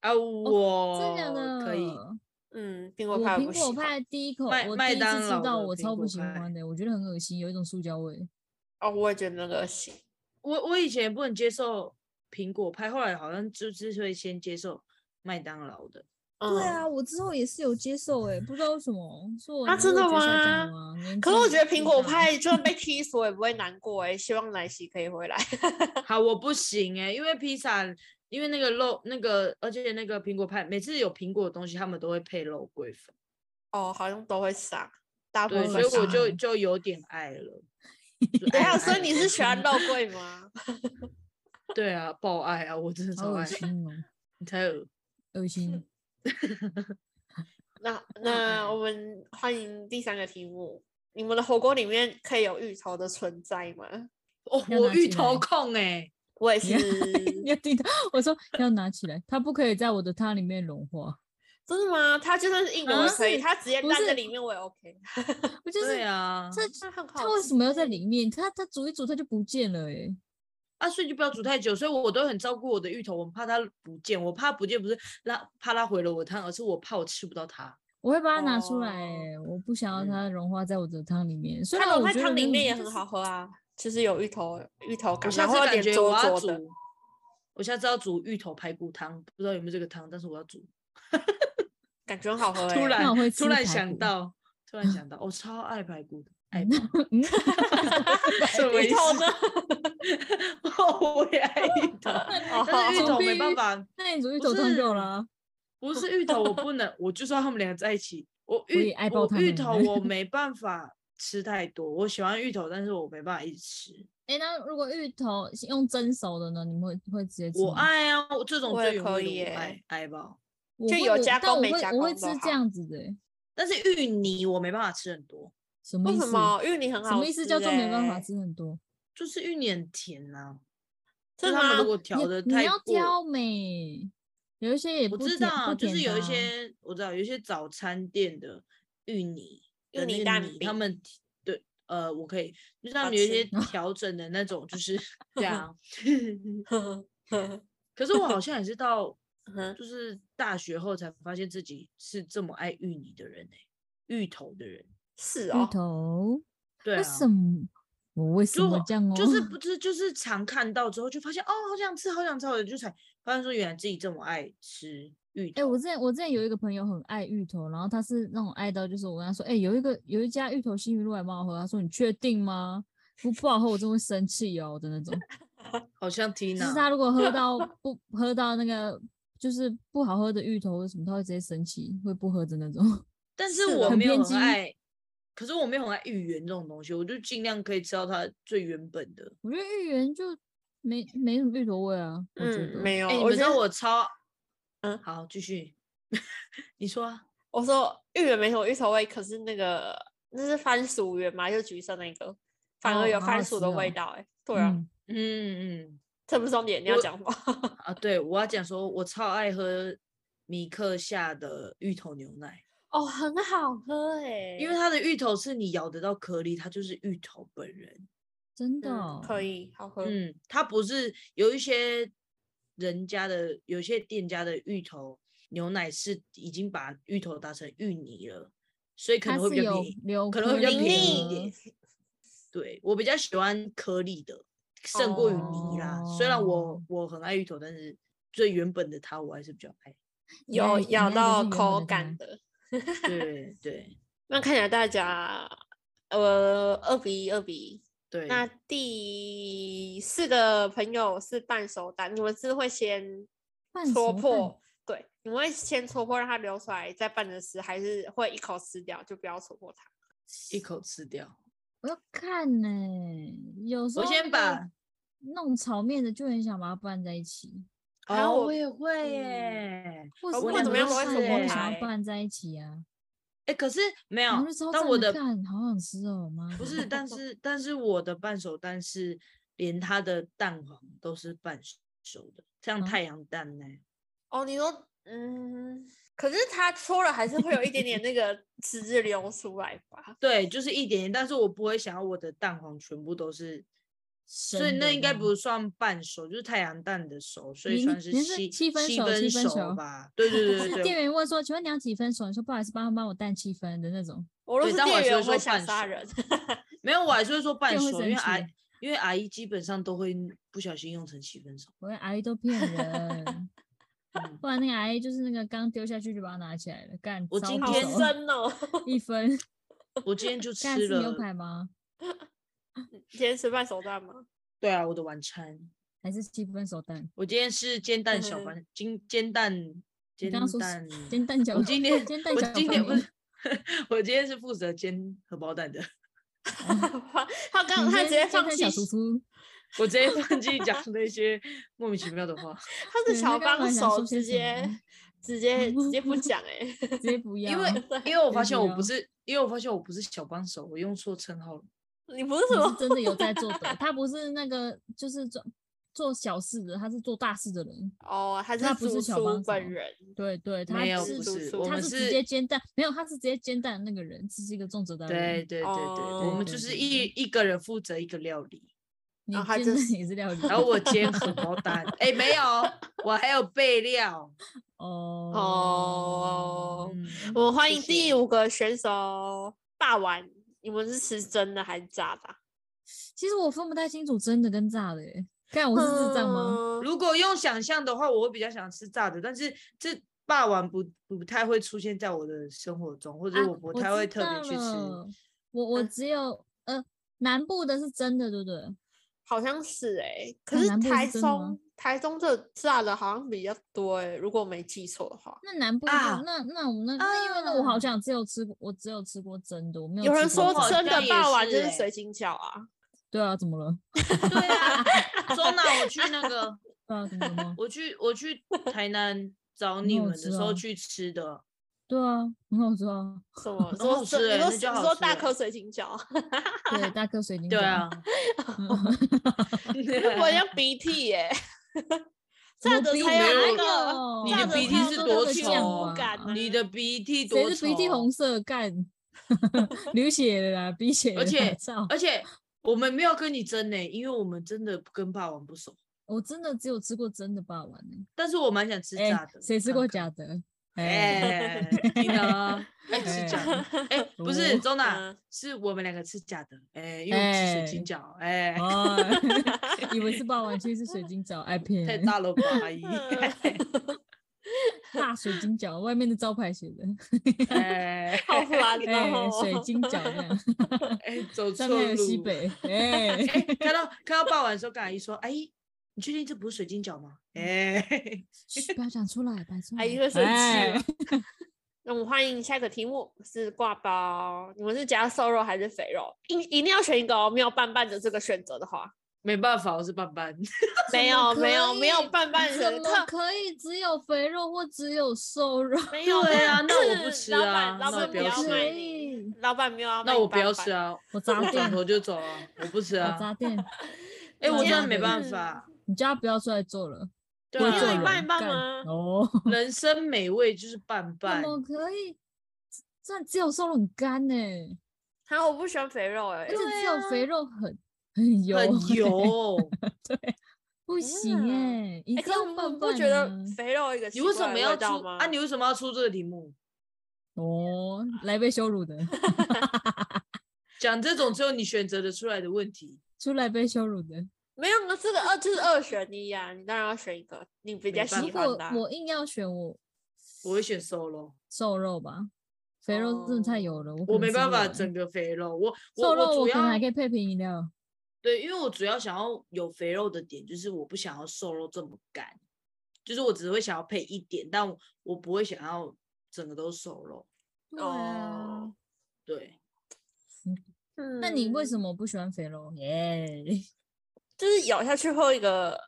[SPEAKER 1] 哎、
[SPEAKER 3] 啊，我
[SPEAKER 2] 哦真
[SPEAKER 1] 哦
[SPEAKER 2] 的
[SPEAKER 3] 可以，
[SPEAKER 1] 嗯，苹
[SPEAKER 2] 我
[SPEAKER 1] 果派也
[SPEAKER 2] 苹
[SPEAKER 1] 不喜
[SPEAKER 2] 果
[SPEAKER 1] 欢。
[SPEAKER 2] 派第一口，
[SPEAKER 3] 麦
[SPEAKER 2] 我
[SPEAKER 3] 麦
[SPEAKER 2] 第一
[SPEAKER 3] 当
[SPEAKER 2] 次
[SPEAKER 3] 劳
[SPEAKER 2] 吃到，
[SPEAKER 3] 的
[SPEAKER 2] 我
[SPEAKER 3] 苹
[SPEAKER 2] 超
[SPEAKER 3] 果
[SPEAKER 2] 不喜
[SPEAKER 3] 派
[SPEAKER 2] 欢的，我觉得很恶心，有一种塑胶味。
[SPEAKER 1] 哦，我也觉得那个行。
[SPEAKER 3] 我我以前也不能接受苹果派，后来好像就是会先接受麦当劳的。
[SPEAKER 2] 对
[SPEAKER 1] 嗯
[SPEAKER 2] 啊，我之后也是有接受诶、不知道为什么，是我
[SPEAKER 1] 啊
[SPEAKER 2] 能
[SPEAKER 1] 真
[SPEAKER 2] 味
[SPEAKER 1] 的吗
[SPEAKER 2] 觉下降了吗？啊年
[SPEAKER 1] 可是我
[SPEAKER 2] 纪
[SPEAKER 1] 觉得苹
[SPEAKER 2] 变
[SPEAKER 1] 果
[SPEAKER 2] 大了
[SPEAKER 1] 派就算被踢死，我也不会难过哎、希望莱西可以回来。
[SPEAKER 3] 好，我不行哎、因为披萨，因为那个肉，那个而且那个苹果派，每次有苹果的东西，他们都会配肉桂粉，
[SPEAKER 1] 哦，好像都会上，大部
[SPEAKER 3] 对，
[SPEAKER 1] 分
[SPEAKER 3] 所以
[SPEAKER 1] 都
[SPEAKER 2] 会
[SPEAKER 3] 我
[SPEAKER 1] 上。
[SPEAKER 3] 就
[SPEAKER 2] 上
[SPEAKER 3] 就有点爱了。就
[SPEAKER 1] 等一
[SPEAKER 3] 爱
[SPEAKER 1] 下，
[SPEAKER 3] 了
[SPEAKER 1] 哎所
[SPEAKER 3] 爱
[SPEAKER 1] 以你
[SPEAKER 3] 了
[SPEAKER 1] 是喜欢肉桂吗？
[SPEAKER 3] 对啊，爆爱啊，我真的
[SPEAKER 2] 好
[SPEAKER 3] 超
[SPEAKER 2] 恶
[SPEAKER 3] 爱，
[SPEAKER 2] 心哦，
[SPEAKER 3] 你才有
[SPEAKER 2] 恶心。哦
[SPEAKER 1] 那那我们欢迎第三个题目，你们的火锅里面可以有芋头的存在吗？
[SPEAKER 3] 哦，
[SPEAKER 2] 要
[SPEAKER 3] 我
[SPEAKER 2] 拿
[SPEAKER 3] 芋
[SPEAKER 2] 起
[SPEAKER 3] 头
[SPEAKER 2] 来
[SPEAKER 3] 控哎、
[SPEAKER 1] 我也
[SPEAKER 2] 你要
[SPEAKER 1] 是，
[SPEAKER 2] 要听到我说要拿起来，它不可以在我的汤里面融化。
[SPEAKER 1] 真的吗？它就算是硬的
[SPEAKER 3] 啊
[SPEAKER 1] 我也可以，
[SPEAKER 2] 是
[SPEAKER 1] 它直接
[SPEAKER 2] 不
[SPEAKER 1] 烂在
[SPEAKER 2] 是
[SPEAKER 1] 里面我也 OK。
[SPEAKER 2] 我就是
[SPEAKER 3] 对啊，
[SPEAKER 2] 这
[SPEAKER 1] 它很好
[SPEAKER 2] 它为
[SPEAKER 1] 吃
[SPEAKER 2] 什么要在
[SPEAKER 1] 欸
[SPEAKER 2] 里面？它它煮一煮它就不见了诶、
[SPEAKER 3] 啊，所以就不要煮太久，所以我都很照顾我的芋头，我怕它不见，我怕不见不是拉怕它回了我汤，而是我怕我吃不到它。
[SPEAKER 2] 我会把它拿出来、
[SPEAKER 1] 哦
[SPEAKER 2] 欸，我不想要
[SPEAKER 3] 嗯
[SPEAKER 2] 它融化在我的汤里面。虽
[SPEAKER 1] 它
[SPEAKER 2] 然
[SPEAKER 1] 融
[SPEAKER 2] 我
[SPEAKER 1] 在
[SPEAKER 2] 觉得
[SPEAKER 1] 汤里
[SPEAKER 2] 那
[SPEAKER 1] 面也
[SPEAKER 2] 就
[SPEAKER 1] 很
[SPEAKER 2] 是
[SPEAKER 1] 好喝啊，就是有芋头芋头
[SPEAKER 3] 我
[SPEAKER 1] 感，
[SPEAKER 3] 下
[SPEAKER 1] 然
[SPEAKER 3] 次
[SPEAKER 1] 后有
[SPEAKER 3] 感
[SPEAKER 1] 点
[SPEAKER 3] 觉
[SPEAKER 1] 灼
[SPEAKER 3] 我要
[SPEAKER 1] 灼
[SPEAKER 3] 煮
[SPEAKER 1] 的。，
[SPEAKER 3] 我下次要煮芋头排骨汤，不知道有没有这个汤，但是我要煮。
[SPEAKER 1] 感觉很好喝哎、
[SPEAKER 3] 突然
[SPEAKER 2] 我会
[SPEAKER 3] 突
[SPEAKER 2] 吃
[SPEAKER 3] 然
[SPEAKER 2] 排
[SPEAKER 3] 想
[SPEAKER 2] 骨
[SPEAKER 3] 到，突然 想到，我超爱排骨的，爱
[SPEAKER 2] 嗯
[SPEAKER 3] 爆
[SPEAKER 2] 嗯，
[SPEAKER 3] 什么
[SPEAKER 1] 芋
[SPEAKER 3] 意
[SPEAKER 1] 头
[SPEAKER 3] 思？
[SPEAKER 1] 呢？
[SPEAKER 3] 我也爱芋头，
[SPEAKER 1] 哦
[SPEAKER 3] 但是芋
[SPEAKER 2] 好
[SPEAKER 3] 头
[SPEAKER 2] 必
[SPEAKER 3] 没办
[SPEAKER 2] 须
[SPEAKER 3] 法，
[SPEAKER 2] 那你煮芋
[SPEAKER 3] 不
[SPEAKER 2] 头汤
[SPEAKER 3] 是
[SPEAKER 2] 就好啦。
[SPEAKER 3] 不是芋头，我不能，我就说他们俩在一起，我芋
[SPEAKER 2] 也爱爆
[SPEAKER 3] 我
[SPEAKER 2] 他
[SPEAKER 3] 芋
[SPEAKER 2] 们
[SPEAKER 3] 头我没办法吃太多，我喜欢芋头，但是我没办法一直吃。
[SPEAKER 2] 哎、那如果芋头是用蒸熟的呢？你们会会直接吃
[SPEAKER 3] 我
[SPEAKER 2] 吗？
[SPEAKER 3] 爱啊，我这种
[SPEAKER 1] 我
[SPEAKER 3] 最
[SPEAKER 1] 也
[SPEAKER 3] 原
[SPEAKER 1] 可
[SPEAKER 3] 味
[SPEAKER 1] 以
[SPEAKER 3] 的
[SPEAKER 1] 耶
[SPEAKER 3] 我爱爱爆，
[SPEAKER 2] 我
[SPEAKER 1] 就
[SPEAKER 2] 会
[SPEAKER 1] 有
[SPEAKER 2] 我
[SPEAKER 1] 加
[SPEAKER 2] 但
[SPEAKER 1] 工
[SPEAKER 2] 我
[SPEAKER 1] 没
[SPEAKER 2] 会
[SPEAKER 1] 加
[SPEAKER 2] 我会
[SPEAKER 1] 工
[SPEAKER 2] 吃
[SPEAKER 1] 都
[SPEAKER 2] 这
[SPEAKER 1] 好
[SPEAKER 2] 样子的欸、
[SPEAKER 3] 但是芋泥我没办法吃很多，
[SPEAKER 2] 什么
[SPEAKER 1] 为
[SPEAKER 2] 意
[SPEAKER 1] 什
[SPEAKER 2] 思？
[SPEAKER 1] 么芋泥很好
[SPEAKER 2] 什么意思叫做没办法
[SPEAKER 1] 欸？
[SPEAKER 2] 吃很多？
[SPEAKER 3] 就是芋泥很甜呐、啊，就
[SPEAKER 1] 真
[SPEAKER 3] 是
[SPEAKER 1] 的
[SPEAKER 3] 他们如
[SPEAKER 1] 吗？
[SPEAKER 3] 果调的
[SPEAKER 2] 你你
[SPEAKER 3] 太
[SPEAKER 2] 要
[SPEAKER 3] 过。
[SPEAKER 2] 挑美，有一些也不
[SPEAKER 3] 我知
[SPEAKER 2] 甜
[SPEAKER 3] 道，
[SPEAKER 2] 不
[SPEAKER 3] 就是
[SPEAKER 2] 甜
[SPEAKER 3] 有一
[SPEAKER 2] 的啊
[SPEAKER 3] 些我知道，有一些早餐店的芋泥
[SPEAKER 1] 芋
[SPEAKER 3] 的
[SPEAKER 1] 泥
[SPEAKER 3] 那个
[SPEAKER 1] 蛋
[SPEAKER 3] 泥他
[SPEAKER 1] 饼
[SPEAKER 3] 们对呃，我可以，就是他
[SPEAKER 1] 好
[SPEAKER 3] 们有一
[SPEAKER 1] 吃
[SPEAKER 3] 些调整的那种， 就是这
[SPEAKER 1] 啊
[SPEAKER 3] 样。
[SPEAKER 1] 嗯
[SPEAKER 3] 可是我好像也是到
[SPEAKER 1] 哼
[SPEAKER 3] 就是大学后才发现自己是这么爱芋泥的人呢、芋头的人。
[SPEAKER 1] 是
[SPEAKER 2] 芋
[SPEAKER 1] 哦，
[SPEAKER 2] 头，
[SPEAKER 3] 对啊
[SPEAKER 2] 为，什么？我为什
[SPEAKER 3] 就
[SPEAKER 2] 么这样哦？
[SPEAKER 3] 就是不是就是常看到之后就发现哦，好想吃，好想吃，我就才发现说原来自己这么爱吃芋
[SPEAKER 2] 哎、
[SPEAKER 3] 头。
[SPEAKER 2] 我之前我之前有一个朋友很爱芋头，然后他是那种爱到，就是我跟他说，哎、有一个有一家芋头西米露还蛮好喝，他说你确定吗？不不好喝，我真会生气哦的那种。
[SPEAKER 3] 好像 Tina，
[SPEAKER 2] 就是他如果喝到不喝到那个就是不好喝的芋头或者什么，他会直接生气，会不喝的那种。
[SPEAKER 3] 但
[SPEAKER 1] 是
[SPEAKER 3] 是我
[SPEAKER 2] 很
[SPEAKER 3] 没有
[SPEAKER 2] 偏
[SPEAKER 3] 很
[SPEAKER 2] 激
[SPEAKER 3] 爱，可是我没有很爱芋圆这种东西，我就尽量可以吃到它最原本的。
[SPEAKER 2] 我觉得芋圆就没没什么芋头味啊，我觉
[SPEAKER 1] 嗯，
[SPEAKER 2] 得。
[SPEAKER 1] 没有，
[SPEAKER 3] 哎、你
[SPEAKER 1] 我
[SPEAKER 3] 们知
[SPEAKER 1] 觉
[SPEAKER 3] 道
[SPEAKER 1] 得
[SPEAKER 3] 我超……
[SPEAKER 1] 嗯
[SPEAKER 3] 好，继续， 你说啊。
[SPEAKER 1] 我说芋圆没什么芋头味，可是那个那是番薯圆嘛，就是橘色那个，反
[SPEAKER 2] 哦
[SPEAKER 1] 而有
[SPEAKER 2] 好
[SPEAKER 1] 番
[SPEAKER 2] 好
[SPEAKER 1] 薯
[SPEAKER 2] 吃
[SPEAKER 1] 的
[SPEAKER 2] 哦
[SPEAKER 1] 味道、哎、对啊，
[SPEAKER 2] 嗯
[SPEAKER 3] 嗯嗯
[SPEAKER 1] 这不是重点，你要
[SPEAKER 3] 我
[SPEAKER 1] 讲什么？
[SPEAKER 3] 啊，对，我要讲说，我超爱喝米克夏的芋头牛奶，
[SPEAKER 1] 哦，很好喝哎、
[SPEAKER 2] 欸
[SPEAKER 3] 因为它的芋头是你咬得到颗粒，它就是芋头本人。
[SPEAKER 2] 真的、
[SPEAKER 1] 嗯
[SPEAKER 2] 哦
[SPEAKER 1] 可以好喝，
[SPEAKER 3] 嗯，它不是有一些人家的，有些店家的芋头牛奶是已经把芋头打成芋泥了，所以可
[SPEAKER 2] 它
[SPEAKER 3] 能会
[SPEAKER 2] 是
[SPEAKER 3] 比较
[SPEAKER 2] 有
[SPEAKER 3] 便宜。
[SPEAKER 2] 留
[SPEAKER 3] 可能会比
[SPEAKER 2] 颗
[SPEAKER 3] 较
[SPEAKER 1] 比
[SPEAKER 2] 粒
[SPEAKER 3] 便宜
[SPEAKER 1] 例
[SPEAKER 3] 一
[SPEAKER 2] 的
[SPEAKER 3] 点。对我比较喜欢颗粒的，胜过于泥啦。虽然我
[SPEAKER 2] 哦
[SPEAKER 3] 我很爱芋头，但是最原本的它我还是比较爱。
[SPEAKER 2] 你
[SPEAKER 1] 有
[SPEAKER 2] 爱你
[SPEAKER 1] 咬
[SPEAKER 2] 爱的
[SPEAKER 1] 到
[SPEAKER 2] 是原本
[SPEAKER 1] 口
[SPEAKER 2] 的
[SPEAKER 1] 感
[SPEAKER 2] 它
[SPEAKER 1] 的。
[SPEAKER 3] 对对
[SPEAKER 1] 那看起来大家呃二比一，二比一。
[SPEAKER 3] 对，
[SPEAKER 1] 那第四个朋友是半熟蛋，你们是会先
[SPEAKER 2] 半
[SPEAKER 1] 戳
[SPEAKER 2] 熟蛋
[SPEAKER 1] 破？对，你们会先戳破让它流出来，再拌着吃，还是会一口吃掉，就不要戳破它？
[SPEAKER 3] 一口吃掉。
[SPEAKER 2] 我要看呢、有时
[SPEAKER 3] 我
[SPEAKER 2] 候
[SPEAKER 3] 先
[SPEAKER 2] 那个
[SPEAKER 3] 把
[SPEAKER 2] 弄炒面的就很想把它拌在一起，
[SPEAKER 1] 还
[SPEAKER 2] 啊
[SPEAKER 1] 有
[SPEAKER 3] 哦
[SPEAKER 1] 我
[SPEAKER 3] 也会
[SPEAKER 1] 嗯
[SPEAKER 3] 耶。
[SPEAKER 2] 或
[SPEAKER 1] 哦
[SPEAKER 2] 是
[SPEAKER 1] 不
[SPEAKER 2] 我
[SPEAKER 1] 管
[SPEAKER 2] 两
[SPEAKER 1] 怎
[SPEAKER 2] 个
[SPEAKER 1] 么样
[SPEAKER 2] 都
[SPEAKER 1] 都会
[SPEAKER 2] 是
[SPEAKER 1] 重
[SPEAKER 2] 我
[SPEAKER 1] 复
[SPEAKER 2] 也
[SPEAKER 1] 它
[SPEAKER 2] 想
[SPEAKER 1] 欸
[SPEAKER 2] 要拌在一起啊。
[SPEAKER 3] 哎、可是啊没有
[SPEAKER 2] 我就超，
[SPEAKER 3] 但
[SPEAKER 2] 赞
[SPEAKER 3] 我
[SPEAKER 2] 的
[SPEAKER 3] 的
[SPEAKER 2] 干好想吃哦，妈
[SPEAKER 3] 不
[SPEAKER 2] 呀
[SPEAKER 3] 是，但是但是我的半熟蛋是连它的蛋黄都是半熟的，像
[SPEAKER 2] 啊
[SPEAKER 3] 太阳蛋呢、
[SPEAKER 1] 哦，你说嗯，可是它戳了还是会有一点点那个汁流出来吧？
[SPEAKER 3] 对，就是一点点，但是我不会想要我的蛋黄全部都是，所以
[SPEAKER 2] 生
[SPEAKER 3] 那
[SPEAKER 2] 的
[SPEAKER 3] 应该
[SPEAKER 2] 这
[SPEAKER 3] 不算半熟，就是太阳蛋的熟，所以
[SPEAKER 2] 你
[SPEAKER 3] 算
[SPEAKER 2] 你
[SPEAKER 3] 是
[SPEAKER 2] 你是
[SPEAKER 3] 七
[SPEAKER 2] 七分熟
[SPEAKER 3] 分
[SPEAKER 2] 七分熟
[SPEAKER 3] 吧？对对 对对
[SPEAKER 2] 店
[SPEAKER 3] 对，
[SPEAKER 2] 员问说：“请问你要几分熟？”你说：“不好意思，帮他帮我淡七分的那种。
[SPEAKER 1] 我若
[SPEAKER 3] 对
[SPEAKER 1] 是
[SPEAKER 3] 但我还
[SPEAKER 1] 店
[SPEAKER 3] 是
[SPEAKER 1] 员，我
[SPEAKER 3] 会
[SPEAKER 1] 会
[SPEAKER 3] 说
[SPEAKER 1] 想
[SPEAKER 3] 半
[SPEAKER 1] 杀
[SPEAKER 3] 熟
[SPEAKER 1] 人。
[SPEAKER 3] 没有，我还是会说半
[SPEAKER 2] 店会
[SPEAKER 3] 熟，因为
[SPEAKER 2] 生
[SPEAKER 3] 阿
[SPEAKER 2] 气
[SPEAKER 3] 因为阿姨基本上都会不小心用成七分 熟”，
[SPEAKER 2] 我说：“阿姨都骗人，
[SPEAKER 3] 嗯
[SPEAKER 2] 不然那个阿姨就是那个刚丢下去就把它拿起来了，干
[SPEAKER 3] 我
[SPEAKER 2] 糟
[SPEAKER 3] 今
[SPEAKER 1] 好
[SPEAKER 2] 糕
[SPEAKER 3] 天
[SPEAKER 1] 深 哦！
[SPEAKER 2] 一分，
[SPEAKER 3] 我今天就
[SPEAKER 2] 干
[SPEAKER 3] 吃
[SPEAKER 2] 是
[SPEAKER 3] 了
[SPEAKER 2] 牛，排吗？
[SPEAKER 1] 今天吃半熟蛋吗？
[SPEAKER 3] 对啊，我的晚餐，
[SPEAKER 2] 还是七分熟蛋？
[SPEAKER 3] 我今天是煎蛋小
[SPEAKER 1] 嗯
[SPEAKER 3] 番煎煎蛋煎
[SPEAKER 2] 刚刚说是
[SPEAKER 3] 蛋
[SPEAKER 2] 煎蛋饺，
[SPEAKER 3] 我今天
[SPEAKER 2] 煎蛋
[SPEAKER 3] 我
[SPEAKER 2] 饺，
[SPEAKER 3] 今天不是 我今天是负责煎荷包蛋的，
[SPEAKER 1] 他刚
[SPEAKER 2] 你
[SPEAKER 1] 他直接
[SPEAKER 2] 煎煎
[SPEAKER 1] 放
[SPEAKER 2] 蛋
[SPEAKER 1] 弃
[SPEAKER 2] 小，叔叔，
[SPEAKER 3] 我直接放弃 讲那些莫名其妙的话，
[SPEAKER 1] 他的
[SPEAKER 2] 对
[SPEAKER 1] 小
[SPEAKER 2] 他刚
[SPEAKER 1] 帮
[SPEAKER 2] 本来想
[SPEAKER 1] 手
[SPEAKER 2] 说些
[SPEAKER 1] 直
[SPEAKER 2] 什
[SPEAKER 1] 接
[SPEAKER 2] 么
[SPEAKER 1] 直接直接不 讲哎、
[SPEAKER 2] 直接不要。
[SPEAKER 3] 因 为
[SPEAKER 1] 对
[SPEAKER 3] 因为我发
[SPEAKER 2] 就
[SPEAKER 3] 现
[SPEAKER 2] 是
[SPEAKER 3] 我不
[SPEAKER 2] 要
[SPEAKER 3] 是因为我发现我不是小帮手，我用错称号了。
[SPEAKER 1] 你不是什
[SPEAKER 2] 你
[SPEAKER 1] 么
[SPEAKER 2] 是真的有在做的，他不是那个就是做做小事的，他是做大事的人。
[SPEAKER 1] 哦，他是
[SPEAKER 2] 那不是
[SPEAKER 1] 主
[SPEAKER 2] 小
[SPEAKER 1] 厨
[SPEAKER 2] 帮
[SPEAKER 1] 本
[SPEAKER 2] 手
[SPEAKER 1] 人，
[SPEAKER 2] 对对，他
[SPEAKER 3] 没有，
[SPEAKER 1] 是
[SPEAKER 3] 不
[SPEAKER 1] 主
[SPEAKER 3] 是，
[SPEAKER 1] 厨
[SPEAKER 3] 我
[SPEAKER 2] 他
[SPEAKER 3] 们
[SPEAKER 2] 是直接煎蛋，没有，他是直接煎蛋的那个人，只是一个重责大
[SPEAKER 3] 对
[SPEAKER 2] 人。
[SPEAKER 3] 对对对，我
[SPEAKER 1] 哦
[SPEAKER 3] 们就
[SPEAKER 2] 对
[SPEAKER 3] 是
[SPEAKER 2] 对
[SPEAKER 3] 一
[SPEAKER 2] 对
[SPEAKER 3] 一个人负责一个料理，
[SPEAKER 2] 你
[SPEAKER 1] 然后他
[SPEAKER 2] 煎
[SPEAKER 1] 就
[SPEAKER 2] 蛋
[SPEAKER 1] 是
[SPEAKER 2] 也是料理，
[SPEAKER 3] 然后我煎荷包 蛋，哎，没有，我还有备料。
[SPEAKER 2] 哦
[SPEAKER 1] 哦
[SPEAKER 3] 嗯，
[SPEAKER 1] 我们欢迎
[SPEAKER 3] 谢
[SPEAKER 1] 第
[SPEAKER 3] 谢
[SPEAKER 1] 五个选手霸王，你们是吃真的还是炸的啊？
[SPEAKER 2] 其实我分不太清楚真的跟炸的耶，看我是智障吗？
[SPEAKER 1] 嗯
[SPEAKER 3] 如果用想象的话，我会比较想吃炸的，但是这霸王不不太会出现在我的生活中，或者
[SPEAKER 2] 啊
[SPEAKER 3] 嗯我不太会特别去。
[SPEAKER 2] 知道
[SPEAKER 3] 吃。
[SPEAKER 2] 了我我
[SPEAKER 1] 嗯
[SPEAKER 2] 只有呃南部的是真的，对不对？
[SPEAKER 1] 好像是哎、可
[SPEAKER 2] 啊
[SPEAKER 1] 是
[SPEAKER 2] 南部是
[SPEAKER 1] 台
[SPEAKER 2] 真的吗
[SPEAKER 1] 中台中这炸的好像比较多哎、如果我没记错的话。
[SPEAKER 2] 那南部就
[SPEAKER 3] 啊
[SPEAKER 2] 那那我那那因为那我好
[SPEAKER 3] 啊
[SPEAKER 2] 像只有吃过，我只有吃过真的，我没
[SPEAKER 1] 有人
[SPEAKER 2] 吃过
[SPEAKER 1] 说
[SPEAKER 2] 炸
[SPEAKER 1] 真的
[SPEAKER 3] 像也
[SPEAKER 1] 霸王就是是
[SPEAKER 3] 欸
[SPEAKER 1] 水晶饺啊，
[SPEAKER 2] 对啊，怎么了？
[SPEAKER 3] 对啊， 说呢，我去那个，
[SPEAKER 2] 对啊，怎么了吗？
[SPEAKER 3] 我去我去台南找
[SPEAKER 2] 很
[SPEAKER 3] 你
[SPEAKER 2] 好
[SPEAKER 3] 们的
[SPEAKER 2] 吃
[SPEAKER 3] 时候
[SPEAKER 2] 啊
[SPEAKER 3] 去吃的，
[SPEAKER 2] 对啊，很好吃 啊。
[SPEAKER 1] 什么
[SPEAKER 3] 很
[SPEAKER 1] 说
[SPEAKER 3] 好
[SPEAKER 1] 真
[SPEAKER 3] 吃欸
[SPEAKER 1] 你说
[SPEAKER 3] 那就
[SPEAKER 1] 你
[SPEAKER 3] 好
[SPEAKER 1] 说
[SPEAKER 3] 吃
[SPEAKER 1] 大
[SPEAKER 3] 欸
[SPEAKER 1] 颗水晶饺啊，
[SPEAKER 2] 对，大颗水晶
[SPEAKER 3] 对
[SPEAKER 2] 饺
[SPEAKER 3] 啊，
[SPEAKER 1] 我像鼻涕耶、炸
[SPEAKER 2] 我
[SPEAKER 1] 的
[SPEAKER 2] 鼻
[SPEAKER 1] 才
[SPEAKER 3] 没
[SPEAKER 1] 有那
[SPEAKER 3] 有
[SPEAKER 1] 个，
[SPEAKER 3] 你的
[SPEAKER 1] 炸
[SPEAKER 3] 鼻涕
[SPEAKER 1] 才有
[SPEAKER 3] 是
[SPEAKER 1] 那
[SPEAKER 3] 多
[SPEAKER 1] 个
[SPEAKER 3] 丑
[SPEAKER 1] 口
[SPEAKER 3] 啊
[SPEAKER 1] 感啊
[SPEAKER 3] 你的鼻涕多丑，
[SPEAKER 2] 谁
[SPEAKER 3] 啊哦
[SPEAKER 2] 是鼻涕红色干， 流血了啦，鼻血了
[SPEAKER 3] 而
[SPEAKER 2] 啦。
[SPEAKER 3] 且
[SPEAKER 2] 操，
[SPEAKER 3] 而且我们没有跟你争呢、因为我们真的跟霸王不熟，
[SPEAKER 2] 我真的只有吃过真的霸王呢。
[SPEAKER 3] 但是我蛮想吃
[SPEAKER 2] 哎
[SPEAKER 3] 炸的。
[SPEAKER 2] 谁吃过
[SPEAKER 3] 的？
[SPEAKER 2] 假的？哎，
[SPEAKER 3] 哎， 你呢？哎，吃假 的？哎，不是，
[SPEAKER 2] 哦
[SPEAKER 3] 周娜
[SPEAKER 1] 嗯，
[SPEAKER 3] 是我们两个吃假的。哎，因为我们吃水晶
[SPEAKER 2] 哎
[SPEAKER 3] 饺。哎，
[SPEAKER 2] 哦，以为是霸王，其实是水晶饺，哎
[SPEAKER 3] 太
[SPEAKER 2] 骗人，
[SPEAKER 3] 大了吧，哎阿姨。
[SPEAKER 1] 嗯
[SPEAKER 2] 大水晶饺，外面的招牌写的，
[SPEAKER 3] 哎
[SPEAKER 1] 好烦
[SPEAKER 2] 哎，
[SPEAKER 1] 哦！
[SPEAKER 2] 水晶饺那 样，
[SPEAKER 3] 哎，走错
[SPEAKER 2] 上面还有西
[SPEAKER 3] 路。
[SPEAKER 2] 北，哎，
[SPEAKER 3] 哎，看到看到霸王的时候，跟阿姨说：“阿姨，你确定这不是水晶饺吗？”哎，
[SPEAKER 2] 嘘不要讲出来，白出
[SPEAKER 1] 阿
[SPEAKER 2] 来
[SPEAKER 1] 姨会生气
[SPEAKER 2] 哎
[SPEAKER 1] 吗。那我们欢迎下一个题目是挂包，你们是加瘦肉还是肥肉？一一定要选一个哦，没有半半的这个选择的话，
[SPEAKER 3] 没办法，我是斑斑。
[SPEAKER 1] 没有没有没有半半
[SPEAKER 2] 怎
[SPEAKER 1] 的，
[SPEAKER 2] 么
[SPEAKER 1] 特
[SPEAKER 2] 可以只有肥肉或只有瘦肉？
[SPEAKER 1] 没有
[SPEAKER 3] 对
[SPEAKER 1] 没有
[SPEAKER 3] 啊那我不吃
[SPEAKER 1] 老板老
[SPEAKER 3] 啊那我
[SPEAKER 1] 板
[SPEAKER 3] 不
[SPEAKER 1] 不
[SPEAKER 3] 要
[SPEAKER 1] 要卖
[SPEAKER 3] 吃
[SPEAKER 2] 可
[SPEAKER 1] 你，
[SPEAKER 2] 以，
[SPEAKER 1] 老板没有要卖
[SPEAKER 3] 那
[SPEAKER 1] 你
[SPEAKER 3] 我不要
[SPEAKER 1] 半半
[SPEAKER 3] 吃啊，
[SPEAKER 2] 我砸
[SPEAKER 3] 我转
[SPEAKER 2] 店，
[SPEAKER 3] 头就走啊，我不吃
[SPEAKER 2] 我
[SPEAKER 3] 啊。
[SPEAKER 2] 砸店，
[SPEAKER 3] 哎，我
[SPEAKER 2] 这
[SPEAKER 3] 真
[SPEAKER 2] 样
[SPEAKER 3] 的没
[SPEAKER 2] 子
[SPEAKER 3] 办法，
[SPEAKER 2] 你叫他不要出来做了，
[SPEAKER 3] 对
[SPEAKER 2] 嗯不会
[SPEAKER 1] 因为
[SPEAKER 2] 做
[SPEAKER 1] 你
[SPEAKER 2] 人
[SPEAKER 1] 卖
[SPEAKER 3] 啊，
[SPEAKER 1] 半
[SPEAKER 2] 干
[SPEAKER 1] 吗
[SPEAKER 2] 哦，
[SPEAKER 3] 人生美味就是半
[SPEAKER 2] 怎
[SPEAKER 3] 半。
[SPEAKER 2] 么可以？这样只有瘦肉很干呢、
[SPEAKER 1] 然啊后我不喜欢肥肉哎、
[SPEAKER 2] 而且只有肥肉很很油、哎
[SPEAKER 3] 很油，
[SPEAKER 2] 不行
[SPEAKER 1] 啊
[SPEAKER 2] 哎、一
[SPEAKER 1] 哎、
[SPEAKER 2] 定
[SPEAKER 1] 可是
[SPEAKER 2] 要
[SPEAKER 1] 我
[SPEAKER 2] 拌
[SPEAKER 1] 不
[SPEAKER 2] 拌
[SPEAKER 1] 觉得
[SPEAKER 2] 啊
[SPEAKER 1] 肥肉一个
[SPEAKER 3] 你
[SPEAKER 1] 奇
[SPEAKER 3] 为什
[SPEAKER 1] 怪的
[SPEAKER 3] 么要
[SPEAKER 1] 味
[SPEAKER 3] 出
[SPEAKER 1] 道吗？
[SPEAKER 3] 啊？你为什么要出这个题目？
[SPEAKER 2] 哦，来被羞辱的，
[SPEAKER 3] 讲这种只有你选择得出来的问题，
[SPEAKER 2] 出来被羞辱 的。
[SPEAKER 1] 没有啊，这个二就是二选一呀、你当然要选一个你比较
[SPEAKER 3] 没办
[SPEAKER 1] 喜
[SPEAKER 2] 如
[SPEAKER 1] 欢
[SPEAKER 2] 果
[SPEAKER 1] 的啊、
[SPEAKER 2] 我硬要选，我
[SPEAKER 3] 我会选 solo。
[SPEAKER 2] 瘦肉吧，肥肉真的太
[SPEAKER 1] 哦
[SPEAKER 2] 油了，我可
[SPEAKER 3] 我
[SPEAKER 2] 能
[SPEAKER 3] 没
[SPEAKER 2] 吃
[SPEAKER 3] 办
[SPEAKER 2] 不
[SPEAKER 3] 法
[SPEAKER 2] 完
[SPEAKER 3] 整个肥肉，我我
[SPEAKER 2] 瘦肉，
[SPEAKER 3] 主
[SPEAKER 2] 啊我可能还
[SPEAKER 3] 要
[SPEAKER 2] 可以配瓶饮料。
[SPEAKER 3] 对，因为我主要想要有肥肉的点，就是我不想要瘦肉这么干，就是我只会想要配一点，但我我不会想要整个都瘦肉。
[SPEAKER 2] 对啊
[SPEAKER 1] 哦，
[SPEAKER 3] 对，
[SPEAKER 1] 嗯
[SPEAKER 2] 那你为什么不喜欢肥肉？耶、
[SPEAKER 1] 就是咬下去会有一个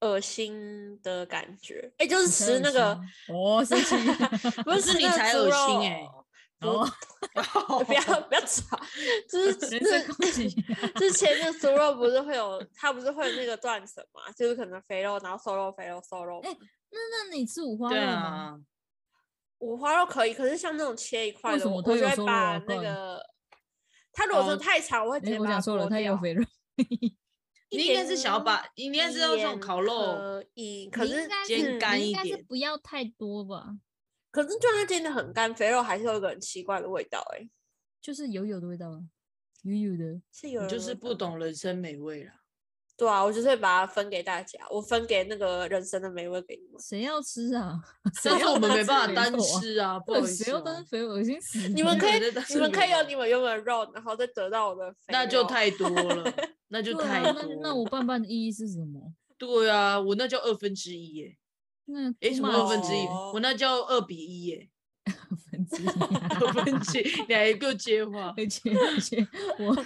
[SPEAKER 1] 恶心的感觉？哎、就是
[SPEAKER 2] 才
[SPEAKER 1] 吃
[SPEAKER 2] 恶
[SPEAKER 1] 那个，
[SPEAKER 2] 心哦，生气
[SPEAKER 1] 不 是
[SPEAKER 3] 是
[SPEAKER 1] 吃
[SPEAKER 3] 你
[SPEAKER 1] 那个
[SPEAKER 3] 才
[SPEAKER 1] 猪
[SPEAKER 3] 恶心
[SPEAKER 1] 肉
[SPEAKER 3] 哎
[SPEAKER 1] 不
[SPEAKER 2] 哦
[SPEAKER 1] 不 要不要吵， 就是
[SPEAKER 2] 人
[SPEAKER 1] 就
[SPEAKER 2] 身
[SPEAKER 1] 是
[SPEAKER 2] 攻击。
[SPEAKER 1] 之前那个猪肉不是会有，它不是会有那个断层嘛？就是可能肥肉，然后瘦肉，肥肉瘦肉嘛。
[SPEAKER 2] 哎那那你吃五花
[SPEAKER 3] 对
[SPEAKER 2] 肉吗？
[SPEAKER 3] 啊，
[SPEAKER 1] 五花肉可以，可是像那种切一块
[SPEAKER 2] 为
[SPEAKER 1] 的，
[SPEAKER 2] 什
[SPEAKER 1] 我
[SPEAKER 2] 么
[SPEAKER 1] 我
[SPEAKER 2] 它
[SPEAKER 1] 就
[SPEAKER 2] 有
[SPEAKER 1] 会
[SPEAKER 2] 瘦肉
[SPEAKER 1] 把
[SPEAKER 2] 啊不
[SPEAKER 1] 那
[SPEAKER 2] 然
[SPEAKER 1] 个。它如果真的
[SPEAKER 3] 哦
[SPEAKER 1] 太长，我会直
[SPEAKER 2] 哎、
[SPEAKER 1] 接
[SPEAKER 2] 我
[SPEAKER 1] 把它
[SPEAKER 2] 讲错了，
[SPEAKER 1] 剥
[SPEAKER 2] 它有
[SPEAKER 1] 掉
[SPEAKER 2] 肥肉。
[SPEAKER 1] 一
[SPEAKER 3] 你应该是
[SPEAKER 1] 点
[SPEAKER 3] 想要把，你应该是要这种
[SPEAKER 1] 点
[SPEAKER 3] 烤肉，
[SPEAKER 1] 可以，可
[SPEAKER 2] 你应
[SPEAKER 1] 是
[SPEAKER 2] 该
[SPEAKER 3] 煎
[SPEAKER 2] 是
[SPEAKER 1] 嗯
[SPEAKER 3] 干
[SPEAKER 2] 你
[SPEAKER 3] 一
[SPEAKER 2] 应该是
[SPEAKER 3] 点
[SPEAKER 2] 不要太多吧，
[SPEAKER 1] 可是就算煎的很干，肥肉还是有一个很奇怪的味道、欸，哎，
[SPEAKER 2] 就是油油的味道啊，油油的。
[SPEAKER 1] 是有人
[SPEAKER 3] 你就
[SPEAKER 1] 的
[SPEAKER 3] 是
[SPEAKER 1] 味
[SPEAKER 3] 不
[SPEAKER 1] 道
[SPEAKER 3] 懂人生美味啦。
[SPEAKER 1] 对啊，我就是会把它分给大家，我分给那个人生的美味给你 们，
[SPEAKER 2] 谁要吃啊？ 谁
[SPEAKER 3] 但是
[SPEAKER 2] 要
[SPEAKER 3] 我们
[SPEAKER 2] 当
[SPEAKER 3] 没
[SPEAKER 2] 吃
[SPEAKER 3] 办法
[SPEAKER 2] 肥
[SPEAKER 3] 单
[SPEAKER 2] 肉啊
[SPEAKER 3] 吃啊，不好
[SPEAKER 2] 对，
[SPEAKER 3] 意
[SPEAKER 2] 谁
[SPEAKER 3] 思
[SPEAKER 2] 要
[SPEAKER 3] 哦，
[SPEAKER 2] 当肥肉，恶心死了！
[SPEAKER 1] 你们可以
[SPEAKER 3] 在当
[SPEAKER 1] 你们可以有
[SPEAKER 3] 面
[SPEAKER 1] 你们原本的肉，然后再得到我的肥
[SPEAKER 3] 那就
[SPEAKER 1] 肉
[SPEAKER 3] 太多了， 那就
[SPEAKER 2] 对
[SPEAKER 3] 太
[SPEAKER 2] 啊，
[SPEAKER 3] 多
[SPEAKER 2] 那
[SPEAKER 3] 了。
[SPEAKER 2] 那我拌拌的意义是什么？
[SPEAKER 3] 对啊，我那叫二分之一耶，
[SPEAKER 2] 那
[SPEAKER 3] 诶，
[SPEAKER 2] too
[SPEAKER 3] 什么二分之一
[SPEAKER 2] much？
[SPEAKER 1] 哦？
[SPEAKER 3] 我那叫二比一耶，
[SPEAKER 2] 二分之一，啊
[SPEAKER 3] 二分之一，你还够 接话。
[SPEAKER 2] 而且而且我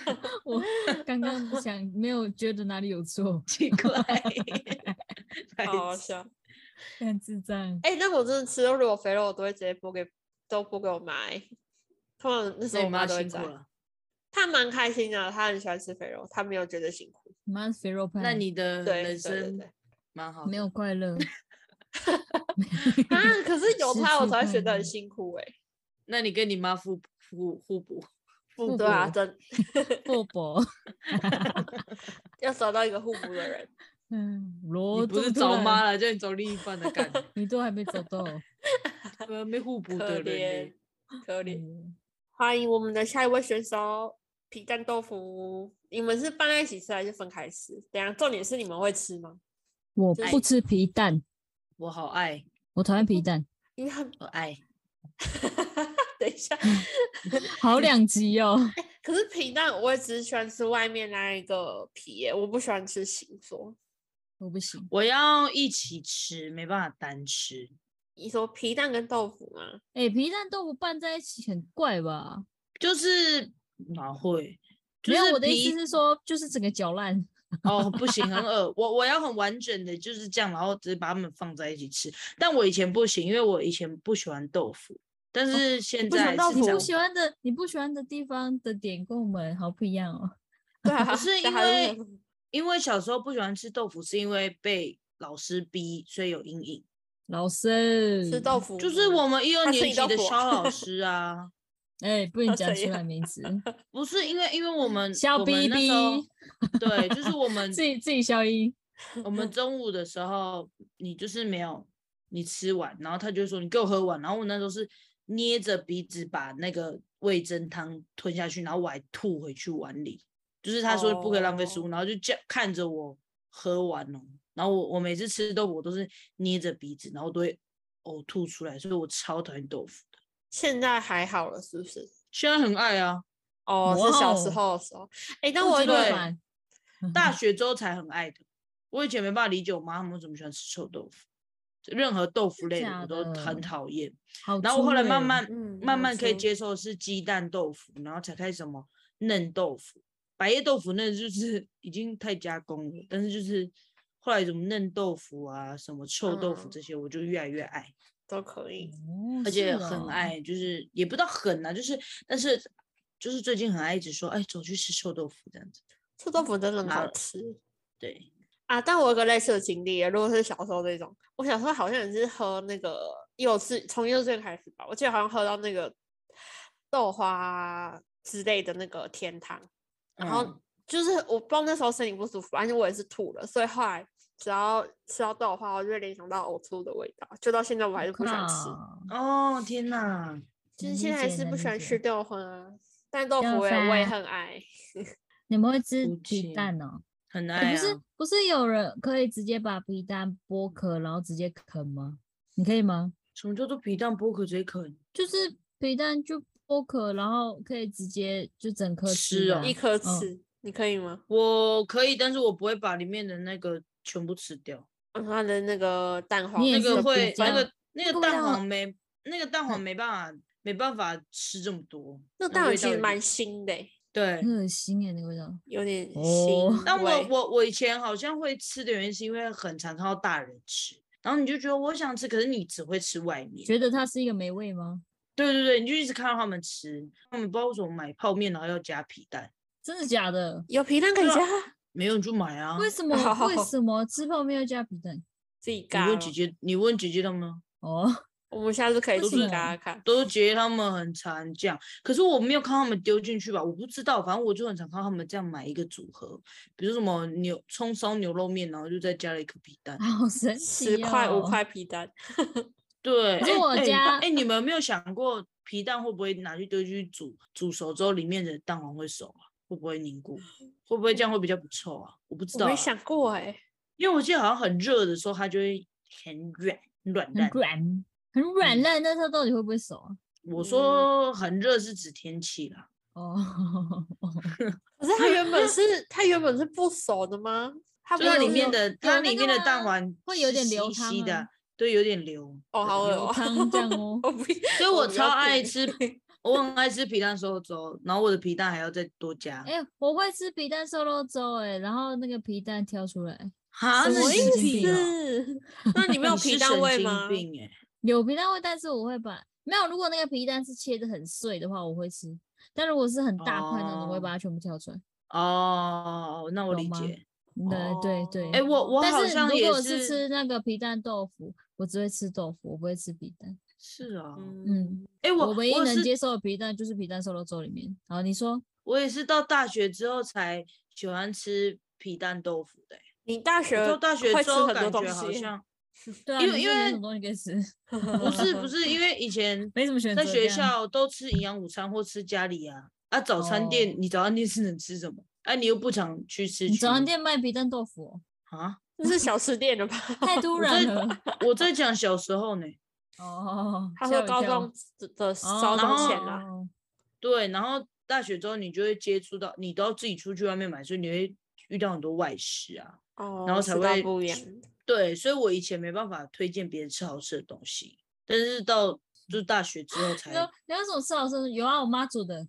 [SPEAKER 2] 我刚刚想没有觉得哪里有错，
[SPEAKER 3] 奇怪， 白
[SPEAKER 1] 好好
[SPEAKER 3] 痴
[SPEAKER 1] 笑。
[SPEAKER 2] 但智 障。
[SPEAKER 1] 哎、那我真的吃肉，如果肥肉，我都会直接剥给，都剥给我妈、欸。通常那时
[SPEAKER 3] 那
[SPEAKER 1] 候
[SPEAKER 3] 你
[SPEAKER 1] 我
[SPEAKER 3] 妈
[SPEAKER 1] 都会
[SPEAKER 3] 辛苦
[SPEAKER 1] 在，
[SPEAKER 3] 了。
[SPEAKER 1] 她蛮开心的，啊她很喜欢吃肥肉，她没有觉得辛苦。
[SPEAKER 2] 你妈是肥肉派，
[SPEAKER 3] 那你的
[SPEAKER 1] 对对
[SPEAKER 3] 嗯人
[SPEAKER 1] 对
[SPEAKER 3] 生
[SPEAKER 1] 对。
[SPEAKER 3] 蛮好的，
[SPEAKER 2] 没有快 乐
[SPEAKER 1] 啊，可是有
[SPEAKER 2] 失
[SPEAKER 1] 她我
[SPEAKER 2] 去
[SPEAKER 1] 才会
[SPEAKER 2] 快
[SPEAKER 1] 觉得很
[SPEAKER 2] 乐
[SPEAKER 1] 辛苦哎、欸。
[SPEAKER 3] 那你跟你妈互互互补，
[SPEAKER 2] 互
[SPEAKER 1] 对啊，
[SPEAKER 2] 补
[SPEAKER 1] 真
[SPEAKER 2] 不 薄，
[SPEAKER 1] 要找到一个互补的人。
[SPEAKER 2] 嗯，罗，
[SPEAKER 1] 哦
[SPEAKER 3] 你不是找妈，了，叫你找另一半的 感觉
[SPEAKER 2] 你都还没找到，
[SPEAKER 3] 呃，没互补
[SPEAKER 1] 可
[SPEAKER 3] 的人
[SPEAKER 1] 怜
[SPEAKER 3] 嘞。，
[SPEAKER 1] 可怜。
[SPEAKER 2] 嗯
[SPEAKER 1] 欢迎我们的下一位选手皮蛋豆腐。你们是拌在一起吃还是分开吃？等一下，重点是你们会吃吗？
[SPEAKER 2] 我
[SPEAKER 1] 就是
[SPEAKER 2] 不吃皮蛋，
[SPEAKER 3] 我好爱，
[SPEAKER 2] 我讨厌皮蛋，
[SPEAKER 1] 因为很
[SPEAKER 3] 我爱，
[SPEAKER 1] 等一 下，
[SPEAKER 2] 好两极哦。
[SPEAKER 1] 可是皮蛋我也只喜欢吃外面那一个皮耶，我不喜欢吃形状。
[SPEAKER 2] 我不行，
[SPEAKER 3] 我要一起吃，没办法单吃。
[SPEAKER 1] 你说皮蛋跟豆腐吗？
[SPEAKER 2] 哎、皮蛋豆腐拌在一起很怪吧？
[SPEAKER 3] 就是哪会？就
[SPEAKER 2] 没有，
[SPEAKER 3] 是
[SPEAKER 2] 我的意
[SPEAKER 3] 皮
[SPEAKER 2] 思是说，就是整个搅烂。
[SPEAKER 3] 哦，不行，很恶。我我要很完整的，就是这样，然后只把它们放在一起吃。但我以前不行，因为我以前不喜欢豆腐，但是现
[SPEAKER 1] 不喜欢
[SPEAKER 3] 在
[SPEAKER 1] 豆
[SPEAKER 3] 是
[SPEAKER 1] 腐
[SPEAKER 2] 你
[SPEAKER 3] 这
[SPEAKER 2] 不
[SPEAKER 3] 样
[SPEAKER 2] 喜欢 的，你不喜欢的地方的点跟我们好不一样哦。
[SPEAKER 1] 对啊，
[SPEAKER 3] 不是
[SPEAKER 1] 但
[SPEAKER 3] 因
[SPEAKER 1] 还
[SPEAKER 3] 为
[SPEAKER 1] 是
[SPEAKER 3] 因为小时候不喜欢吃豆腐，是因为被老师逼，所以有阴影。
[SPEAKER 2] 老师，
[SPEAKER 1] 吃豆，腐，
[SPEAKER 3] 嗯就是我们一二
[SPEAKER 1] 他吃
[SPEAKER 3] 年
[SPEAKER 1] 你
[SPEAKER 3] 级
[SPEAKER 1] 豆
[SPEAKER 3] 的
[SPEAKER 1] 腐
[SPEAKER 3] 肖
[SPEAKER 1] 啊
[SPEAKER 3] 老师啊，
[SPEAKER 2] 哎、 不能讲
[SPEAKER 1] 怎
[SPEAKER 2] 出来
[SPEAKER 1] 样
[SPEAKER 2] 名字，
[SPEAKER 3] 不是因为因为我们
[SPEAKER 2] 肖
[SPEAKER 3] 我们那时候
[SPEAKER 2] BB
[SPEAKER 3] 对，就是我 们
[SPEAKER 2] 自己自己消音。
[SPEAKER 3] 我
[SPEAKER 2] 嗯
[SPEAKER 3] 们中午的时候，你就是没有你吃完，然后他就说你给我喝完，然后我那时候是捏着鼻子把那个味噌汤吞下去，然后我还吐回去碗里，就是他说不可以浪费食物，
[SPEAKER 2] 哦
[SPEAKER 3] 然后就这样看着我喝完哦，然后我我每次吃豆腐我都是捏着鼻子，然后都会呕吐出来，所以我超讨厌豆腐的，
[SPEAKER 1] 现在还好了，是不是？
[SPEAKER 3] 现在很爱啊，
[SPEAKER 1] 哦，是小时
[SPEAKER 2] 哇哦
[SPEAKER 1] 候的时候。哎，但
[SPEAKER 2] 不
[SPEAKER 1] 我
[SPEAKER 2] 知
[SPEAKER 1] 有
[SPEAKER 2] 道
[SPEAKER 3] 对
[SPEAKER 2] 吧嗯
[SPEAKER 3] 大学之后才很爱的，我以前没办法理解我妈他们为什么喜欢吃臭豆腐。任何豆腐
[SPEAKER 2] 真
[SPEAKER 3] 类的
[SPEAKER 2] 假
[SPEAKER 3] 我都很
[SPEAKER 2] 的
[SPEAKER 3] 讨厌。
[SPEAKER 2] 好
[SPEAKER 3] 然后我后
[SPEAKER 2] 粗
[SPEAKER 3] 来慢
[SPEAKER 2] 欸
[SPEAKER 3] 慢
[SPEAKER 1] 嗯
[SPEAKER 3] 慢
[SPEAKER 1] 好
[SPEAKER 3] 慢可以
[SPEAKER 1] 粗
[SPEAKER 3] 接受的是鸡蛋豆腐，然后才开始什么嫩豆腐、白叶豆腐，那就是 已经太加工了。但是就是后来什么嫩豆腐啊、什么臭豆腐
[SPEAKER 1] 嗯
[SPEAKER 3] 这些，我就越来越爱，
[SPEAKER 1] 都可以。
[SPEAKER 2] 哦
[SPEAKER 3] 而且
[SPEAKER 2] 是
[SPEAKER 3] 很
[SPEAKER 2] 哦
[SPEAKER 3] 爱，就是也不到很啊，就是但是就是最近很爱一直说，哎，走去吃臭豆腐这样子。
[SPEAKER 1] 臭豆腐真的很
[SPEAKER 3] 麻
[SPEAKER 1] 好
[SPEAKER 3] 辣
[SPEAKER 1] 吃
[SPEAKER 3] 对，
[SPEAKER 1] 啊！但我有个类似的经历耶，如果是小时候这种，我小时候好像也是喝那个幼稚，从幼稚园开始吧，我记得好像喝到那个豆花之类的那个甜汤，然后
[SPEAKER 3] 嗯
[SPEAKER 1] 就是我不知道那时候身体不舒服，反正我也是吐了，所以后来只要吃到豆花，我就会联想到呕吐的味道，就到现在我还是不喜欢吃，
[SPEAKER 2] 靠
[SPEAKER 3] 哦天哪，
[SPEAKER 1] 就是
[SPEAKER 2] 能
[SPEAKER 1] 现
[SPEAKER 2] 理
[SPEAKER 1] 在还
[SPEAKER 2] 解
[SPEAKER 1] 是
[SPEAKER 2] 能
[SPEAKER 1] 不
[SPEAKER 2] 理
[SPEAKER 1] 喜欢
[SPEAKER 2] 解
[SPEAKER 1] 吃豆花啊，但豆
[SPEAKER 2] 豆
[SPEAKER 1] 腐我也我也
[SPEAKER 2] 花
[SPEAKER 1] 很爱。
[SPEAKER 2] 你们会吃
[SPEAKER 3] 无
[SPEAKER 2] 皮
[SPEAKER 3] 情
[SPEAKER 2] 蛋哦？
[SPEAKER 3] 很
[SPEAKER 2] 欸
[SPEAKER 3] 爱啊。
[SPEAKER 2] 不是不是有人可以直接把皮蛋剥壳，然后直接啃吗？你可以吗？
[SPEAKER 3] 什么叫做皮蛋剥壳直接啃？
[SPEAKER 2] 就是皮蛋就剥壳，然后可以直接就整颗
[SPEAKER 3] 吃
[SPEAKER 2] 的
[SPEAKER 3] 哦
[SPEAKER 2] 啊
[SPEAKER 1] 一颗
[SPEAKER 2] 嗯
[SPEAKER 1] 吃，你可以吗？
[SPEAKER 3] 我可以，但是我不会把里面的那个全部吃掉。
[SPEAKER 1] 嗯它的那个蛋黄，
[SPEAKER 2] 也
[SPEAKER 3] 那
[SPEAKER 2] 是有
[SPEAKER 3] 个
[SPEAKER 2] 比
[SPEAKER 3] 会那
[SPEAKER 2] 较
[SPEAKER 3] 个那
[SPEAKER 2] 那
[SPEAKER 3] 个
[SPEAKER 2] 个味
[SPEAKER 3] 蛋
[SPEAKER 2] 道
[SPEAKER 3] 黄没那个蛋黄没办法没办法吃这么多，
[SPEAKER 1] 那蛋
[SPEAKER 3] 味
[SPEAKER 1] 黄其
[SPEAKER 3] 道
[SPEAKER 1] 实
[SPEAKER 3] 有
[SPEAKER 1] 蛮
[SPEAKER 3] 点
[SPEAKER 1] 腥的欸，
[SPEAKER 3] 对。
[SPEAKER 2] 很恶心耶，那个味道。
[SPEAKER 1] 有点
[SPEAKER 2] 哦
[SPEAKER 1] 腥。
[SPEAKER 3] 但我，我我以前好像会吃的原因是因为很常看到大人吃，然后你就觉得我想吃，可是你只会吃外面。
[SPEAKER 2] 觉得它是一个美味吗？
[SPEAKER 3] 对对对，你就一直看到他们吃，他们不知道为什么买泡面然后要加皮蛋，
[SPEAKER 2] 真的假的？
[SPEAKER 1] 有皮蛋可以
[SPEAKER 3] 对啊
[SPEAKER 1] 加，
[SPEAKER 3] 没有你就买啊。
[SPEAKER 2] 为什么、 为什么吃泡面要加皮蛋？
[SPEAKER 1] 自己
[SPEAKER 3] 你
[SPEAKER 1] 嘎
[SPEAKER 3] 问
[SPEAKER 1] 咯
[SPEAKER 3] 姐姐，你问姐姐他们啊，
[SPEAKER 2] 哦，
[SPEAKER 1] 我们下次可以
[SPEAKER 2] 为
[SPEAKER 1] 自
[SPEAKER 2] 什
[SPEAKER 1] 己
[SPEAKER 2] 么
[SPEAKER 1] 嘎嘎看。
[SPEAKER 3] 都觉得他们很常这样，可是我没有看他们丢进去吧，我不知道，反正我就很常看他们这样买一个组合，比如什么牛葱烧牛肉面，然后就再加了一颗皮蛋。
[SPEAKER 2] 好神奇、
[SPEAKER 1] 十
[SPEAKER 2] 哦！
[SPEAKER 1] 块五，
[SPEAKER 3] 啊
[SPEAKER 1] 块皮蛋，
[SPEAKER 3] 对，
[SPEAKER 2] 可是
[SPEAKER 3] 哎
[SPEAKER 2] 我
[SPEAKER 3] 哎
[SPEAKER 2] 家
[SPEAKER 3] 哎、你们有没有想过皮蛋会不会拿去丢进去煮，煮熟之后里面的蛋黄会熟啊？会不会凝固？会不会这样会比较不臭啊？我不知
[SPEAKER 1] 我
[SPEAKER 3] 道啊、
[SPEAKER 1] 没想过哎、
[SPEAKER 3] 因为我记得好像很热的时候它就会很软软
[SPEAKER 2] 很
[SPEAKER 3] 烂。
[SPEAKER 2] 软，很软
[SPEAKER 3] 嗯
[SPEAKER 2] 烂，那它到底会不会熟啊？
[SPEAKER 3] 我说很热是指天气啦，
[SPEAKER 2] 哦，
[SPEAKER 1] 可是它原本是它原本是不熟的吗？它
[SPEAKER 3] 就
[SPEAKER 1] 不
[SPEAKER 3] 它
[SPEAKER 1] 是
[SPEAKER 3] 里
[SPEAKER 1] 都
[SPEAKER 3] 面
[SPEAKER 1] 是
[SPEAKER 3] 的
[SPEAKER 2] 有
[SPEAKER 3] 它
[SPEAKER 2] 那
[SPEAKER 3] 里
[SPEAKER 2] 个
[SPEAKER 3] 面的蛋
[SPEAKER 2] 吗
[SPEAKER 3] 黄
[SPEAKER 2] 会有
[SPEAKER 3] 是
[SPEAKER 2] 点流
[SPEAKER 3] 稀
[SPEAKER 2] 汤
[SPEAKER 3] 稀的
[SPEAKER 2] 吗，
[SPEAKER 3] 对，有点流。
[SPEAKER 1] 哦好恶
[SPEAKER 2] 有
[SPEAKER 1] 哦，
[SPEAKER 2] 汤这样哦。
[SPEAKER 1] 我不，
[SPEAKER 3] 所以我
[SPEAKER 1] 不要
[SPEAKER 3] 超爱
[SPEAKER 1] 点
[SPEAKER 3] 吃，我很爱吃皮蛋瘦肉粥，然后我的皮蛋还要再多加。
[SPEAKER 2] 哎、我会吃皮蛋瘦肉粥，哎，然后那个皮蛋挑出来，
[SPEAKER 3] 哈，
[SPEAKER 2] 什
[SPEAKER 3] 那
[SPEAKER 1] 什么
[SPEAKER 3] 你
[SPEAKER 2] 神
[SPEAKER 1] 意
[SPEAKER 2] 经
[SPEAKER 3] 皮
[SPEAKER 2] 病
[SPEAKER 3] 哦
[SPEAKER 1] 思？ 那 你没有
[SPEAKER 3] 你
[SPEAKER 1] 皮
[SPEAKER 3] 是
[SPEAKER 1] 蛋
[SPEAKER 3] 神
[SPEAKER 1] 味
[SPEAKER 3] 经
[SPEAKER 1] 吗？
[SPEAKER 3] 病哎、
[SPEAKER 2] 有皮蛋味，但是我会把没有。如果那个皮蛋是切的很碎的话，我会吃；但如果是很大块那种，我会把它全部挑出来。
[SPEAKER 3] 哦，那我
[SPEAKER 2] 懂
[SPEAKER 3] 理
[SPEAKER 2] 吗
[SPEAKER 3] 解。
[SPEAKER 2] 对对对，
[SPEAKER 3] 哎、我我好
[SPEAKER 2] 但是
[SPEAKER 3] 像
[SPEAKER 2] 如
[SPEAKER 3] 也
[SPEAKER 2] 果
[SPEAKER 3] 是
[SPEAKER 2] 吃那个皮蛋豆腐，我只会吃豆腐，我不会吃皮蛋。
[SPEAKER 3] 是啊，
[SPEAKER 1] 嗯
[SPEAKER 2] 嗯，
[SPEAKER 3] 哎、我
[SPEAKER 2] 我唯一
[SPEAKER 3] 我
[SPEAKER 2] 能
[SPEAKER 3] 是
[SPEAKER 2] 接受的皮蛋就是皮蛋瘦肉粥里面。好，你说
[SPEAKER 3] 我也是到大学之后才喜欢吃皮蛋豆腐的、欸。
[SPEAKER 1] 你大学
[SPEAKER 3] 到大学
[SPEAKER 1] 会
[SPEAKER 3] 之
[SPEAKER 1] 吃
[SPEAKER 3] 后
[SPEAKER 1] 很多
[SPEAKER 3] 感
[SPEAKER 1] 东
[SPEAKER 3] 觉好
[SPEAKER 1] 西，
[SPEAKER 3] 像
[SPEAKER 2] 对啊，
[SPEAKER 3] 因为
[SPEAKER 2] 你
[SPEAKER 3] 因
[SPEAKER 2] 就没
[SPEAKER 3] 为
[SPEAKER 2] 什么东西可以吃，
[SPEAKER 3] 不是不是，因为以前
[SPEAKER 2] 没什么选择
[SPEAKER 3] 在
[SPEAKER 2] 这
[SPEAKER 3] 学
[SPEAKER 2] 样
[SPEAKER 3] 校都吃营养午餐或吃家里啊。啊，早餐店、
[SPEAKER 2] 哦
[SPEAKER 3] 你早餐店是能吃什么？啊，你又不常去吃
[SPEAKER 2] 你
[SPEAKER 3] 去。
[SPEAKER 2] 早餐店卖皮蛋豆腐哦、
[SPEAKER 3] 啊？
[SPEAKER 1] 这 是小吃店的吧？
[SPEAKER 2] 太突
[SPEAKER 3] 我
[SPEAKER 2] 然
[SPEAKER 3] 在
[SPEAKER 2] 了。
[SPEAKER 3] 我在讲小时候呢，
[SPEAKER 2] 哦，
[SPEAKER 1] 他
[SPEAKER 2] 吓
[SPEAKER 1] 说
[SPEAKER 2] 我一
[SPEAKER 1] 高
[SPEAKER 2] 跳
[SPEAKER 1] 中的的高
[SPEAKER 2] 哦
[SPEAKER 1] 中前啦，
[SPEAKER 2] 哦
[SPEAKER 3] 对，然后大学之后你就会接触到，你都要自己出去外面买，所以你会遇到很多外食啊。
[SPEAKER 1] 哦，
[SPEAKER 3] 然后
[SPEAKER 1] 吃
[SPEAKER 3] 才
[SPEAKER 1] 到
[SPEAKER 3] 会
[SPEAKER 1] 不一样。
[SPEAKER 3] 对，所以我以前没办法推荐别人吃好吃的东西，但是到
[SPEAKER 2] 嗯
[SPEAKER 3] 就是大学之后 才
[SPEAKER 2] 你说你要怎么吃好吃？有啊，我妈煮的，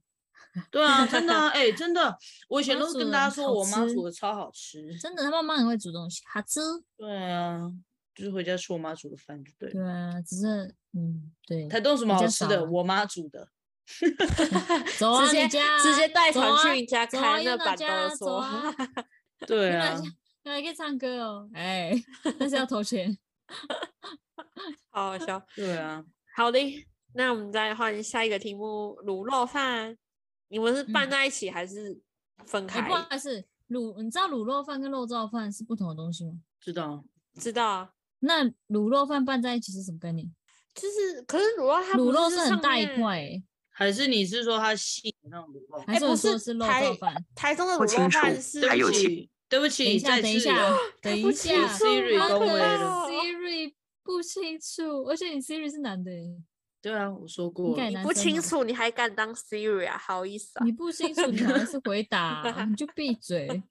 [SPEAKER 3] 对啊，真的啊，哎、真的，我以前
[SPEAKER 2] 妈
[SPEAKER 3] 都是
[SPEAKER 2] 煮
[SPEAKER 3] 跟
[SPEAKER 2] 的
[SPEAKER 3] 大家
[SPEAKER 2] 很
[SPEAKER 3] 说
[SPEAKER 2] 好
[SPEAKER 3] 我妈
[SPEAKER 2] 吃哦
[SPEAKER 3] 煮的超好吃，
[SPEAKER 2] 真的，她妈妈很会煮东西，好吃。
[SPEAKER 3] 对啊，就是回家吃我妈煮的饭就对了。
[SPEAKER 2] 对啊，只是嗯，对，
[SPEAKER 3] 台东有什么
[SPEAKER 2] 比
[SPEAKER 3] 好
[SPEAKER 2] 较
[SPEAKER 3] 吃
[SPEAKER 2] 少
[SPEAKER 3] 的？
[SPEAKER 2] 啊
[SPEAKER 3] 我妈煮的。
[SPEAKER 2] 走啊，
[SPEAKER 1] 直接
[SPEAKER 2] 你家啊
[SPEAKER 1] 直接带
[SPEAKER 2] 走
[SPEAKER 1] 团去
[SPEAKER 2] 啊
[SPEAKER 1] 你家
[SPEAKER 2] 走
[SPEAKER 1] 开
[SPEAKER 2] 啊
[SPEAKER 1] 那
[SPEAKER 2] 又到
[SPEAKER 1] 板
[SPEAKER 2] 家啊
[SPEAKER 1] 豆
[SPEAKER 2] 走
[SPEAKER 1] 说
[SPEAKER 2] 啊
[SPEAKER 3] 对
[SPEAKER 2] 原来
[SPEAKER 3] 啊，
[SPEAKER 2] 原来可以唱歌哦， 哎，但是要投钱。
[SPEAKER 1] 好好 笑。
[SPEAKER 3] 对啊，
[SPEAKER 1] 好的，那我们再换下一个题目，卤肉饭，你们是拌
[SPEAKER 2] 嗯
[SPEAKER 1] 在一起还是分开
[SPEAKER 2] 哎，不？好意思，卤，你知道卤肉饭跟肉燥饭是不同的东西吗？
[SPEAKER 3] 知道。
[SPEAKER 1] 知道啊，
[SPEAKER 2] 那卤肉饭拌在一起是什么概念？
[SPEAKER 1] 就是可是卤肉它
[SPEAKER 2] 卤
[SPEAKER 1] 不
[SPEAKER 2] 肉
[SPEAKER 1] 是
[SPEAKER 2] 是很
[SPEAKER 1] 上
[SPEAKER 2] 大一
[SPEAKER 1] 面
[SPEAKER 2] 块，哎，
[SPEAKER 3] 还是你是说它细的那哦种卤肉？
[SPEAKER 2] 还
[SPEAKER 1] 哎
[SPEAKER 2] 是
[SPEAKER 1] 不
[SPEAKER 2] 我说
[SPEAKER 1] 是
[SPEAKER 2] 的是肉
[SPEAKER 1] 台
[SPEAKER 2] 燥饭？
[SPEAKER 1] 台中的
[SPEAKER 4] 不
[SPEAKER 1] 卤
[SPEAKER 4] 清
[SPEAKER 1] 肉
[SPEAKER 4] 楚
[SPEAKER 1] 饭是
[SPEAKER 4] 还有
[SPEAKER 3] 对不
[SPEAKER 4] 其
[SPEAKER 3] 起，对不
[SPEAKER 2] 等一
[SPEAKER 3] 起，
[SPEAKER 2] 下，
[SPEAKER 3] 再
[SPEAKER 2] 等一
[SPEAKER 3] 次
[SPEAKER 2] 下，
[SPEAKER 1] 对
[SPEAKER 2] 等
[SPEAKER 1] 不
[SPEAKER 2] 一
[SPEAKER 1] 起
[SPEAKER 2] 下
[SPEAKER 1] 是
[SPEAKER 3] ，Siri
[SPEAKER 1] 我
[SPEAKER 2] 他
[SPEAKER 3] 恭
[SPEAKER 2] 的
[SPEAKER 3] 维
[SPEAKER 1] 的
[SPEAKER 3] 了。
[SPEAKER 2] Siri 不清楚，而且你 Siri 是男的耶，
[SPEAKER 3] 对啊，我说过了
[SPEAKER 2] 该也
[SPEAKER 1] 你
[SPEAKER 2] 男
[SPEAKER 1] 不
[SPEAKER 2] 生
[SPEAKER 1] 清
[SPEAKER 2] 吗
[SPEAKER 1] 楚，你还敢当 Siri 啊？好意思啊
[SPEAKER 2] 你！不清楚，你哪来是回答 啊？你就闭嘴。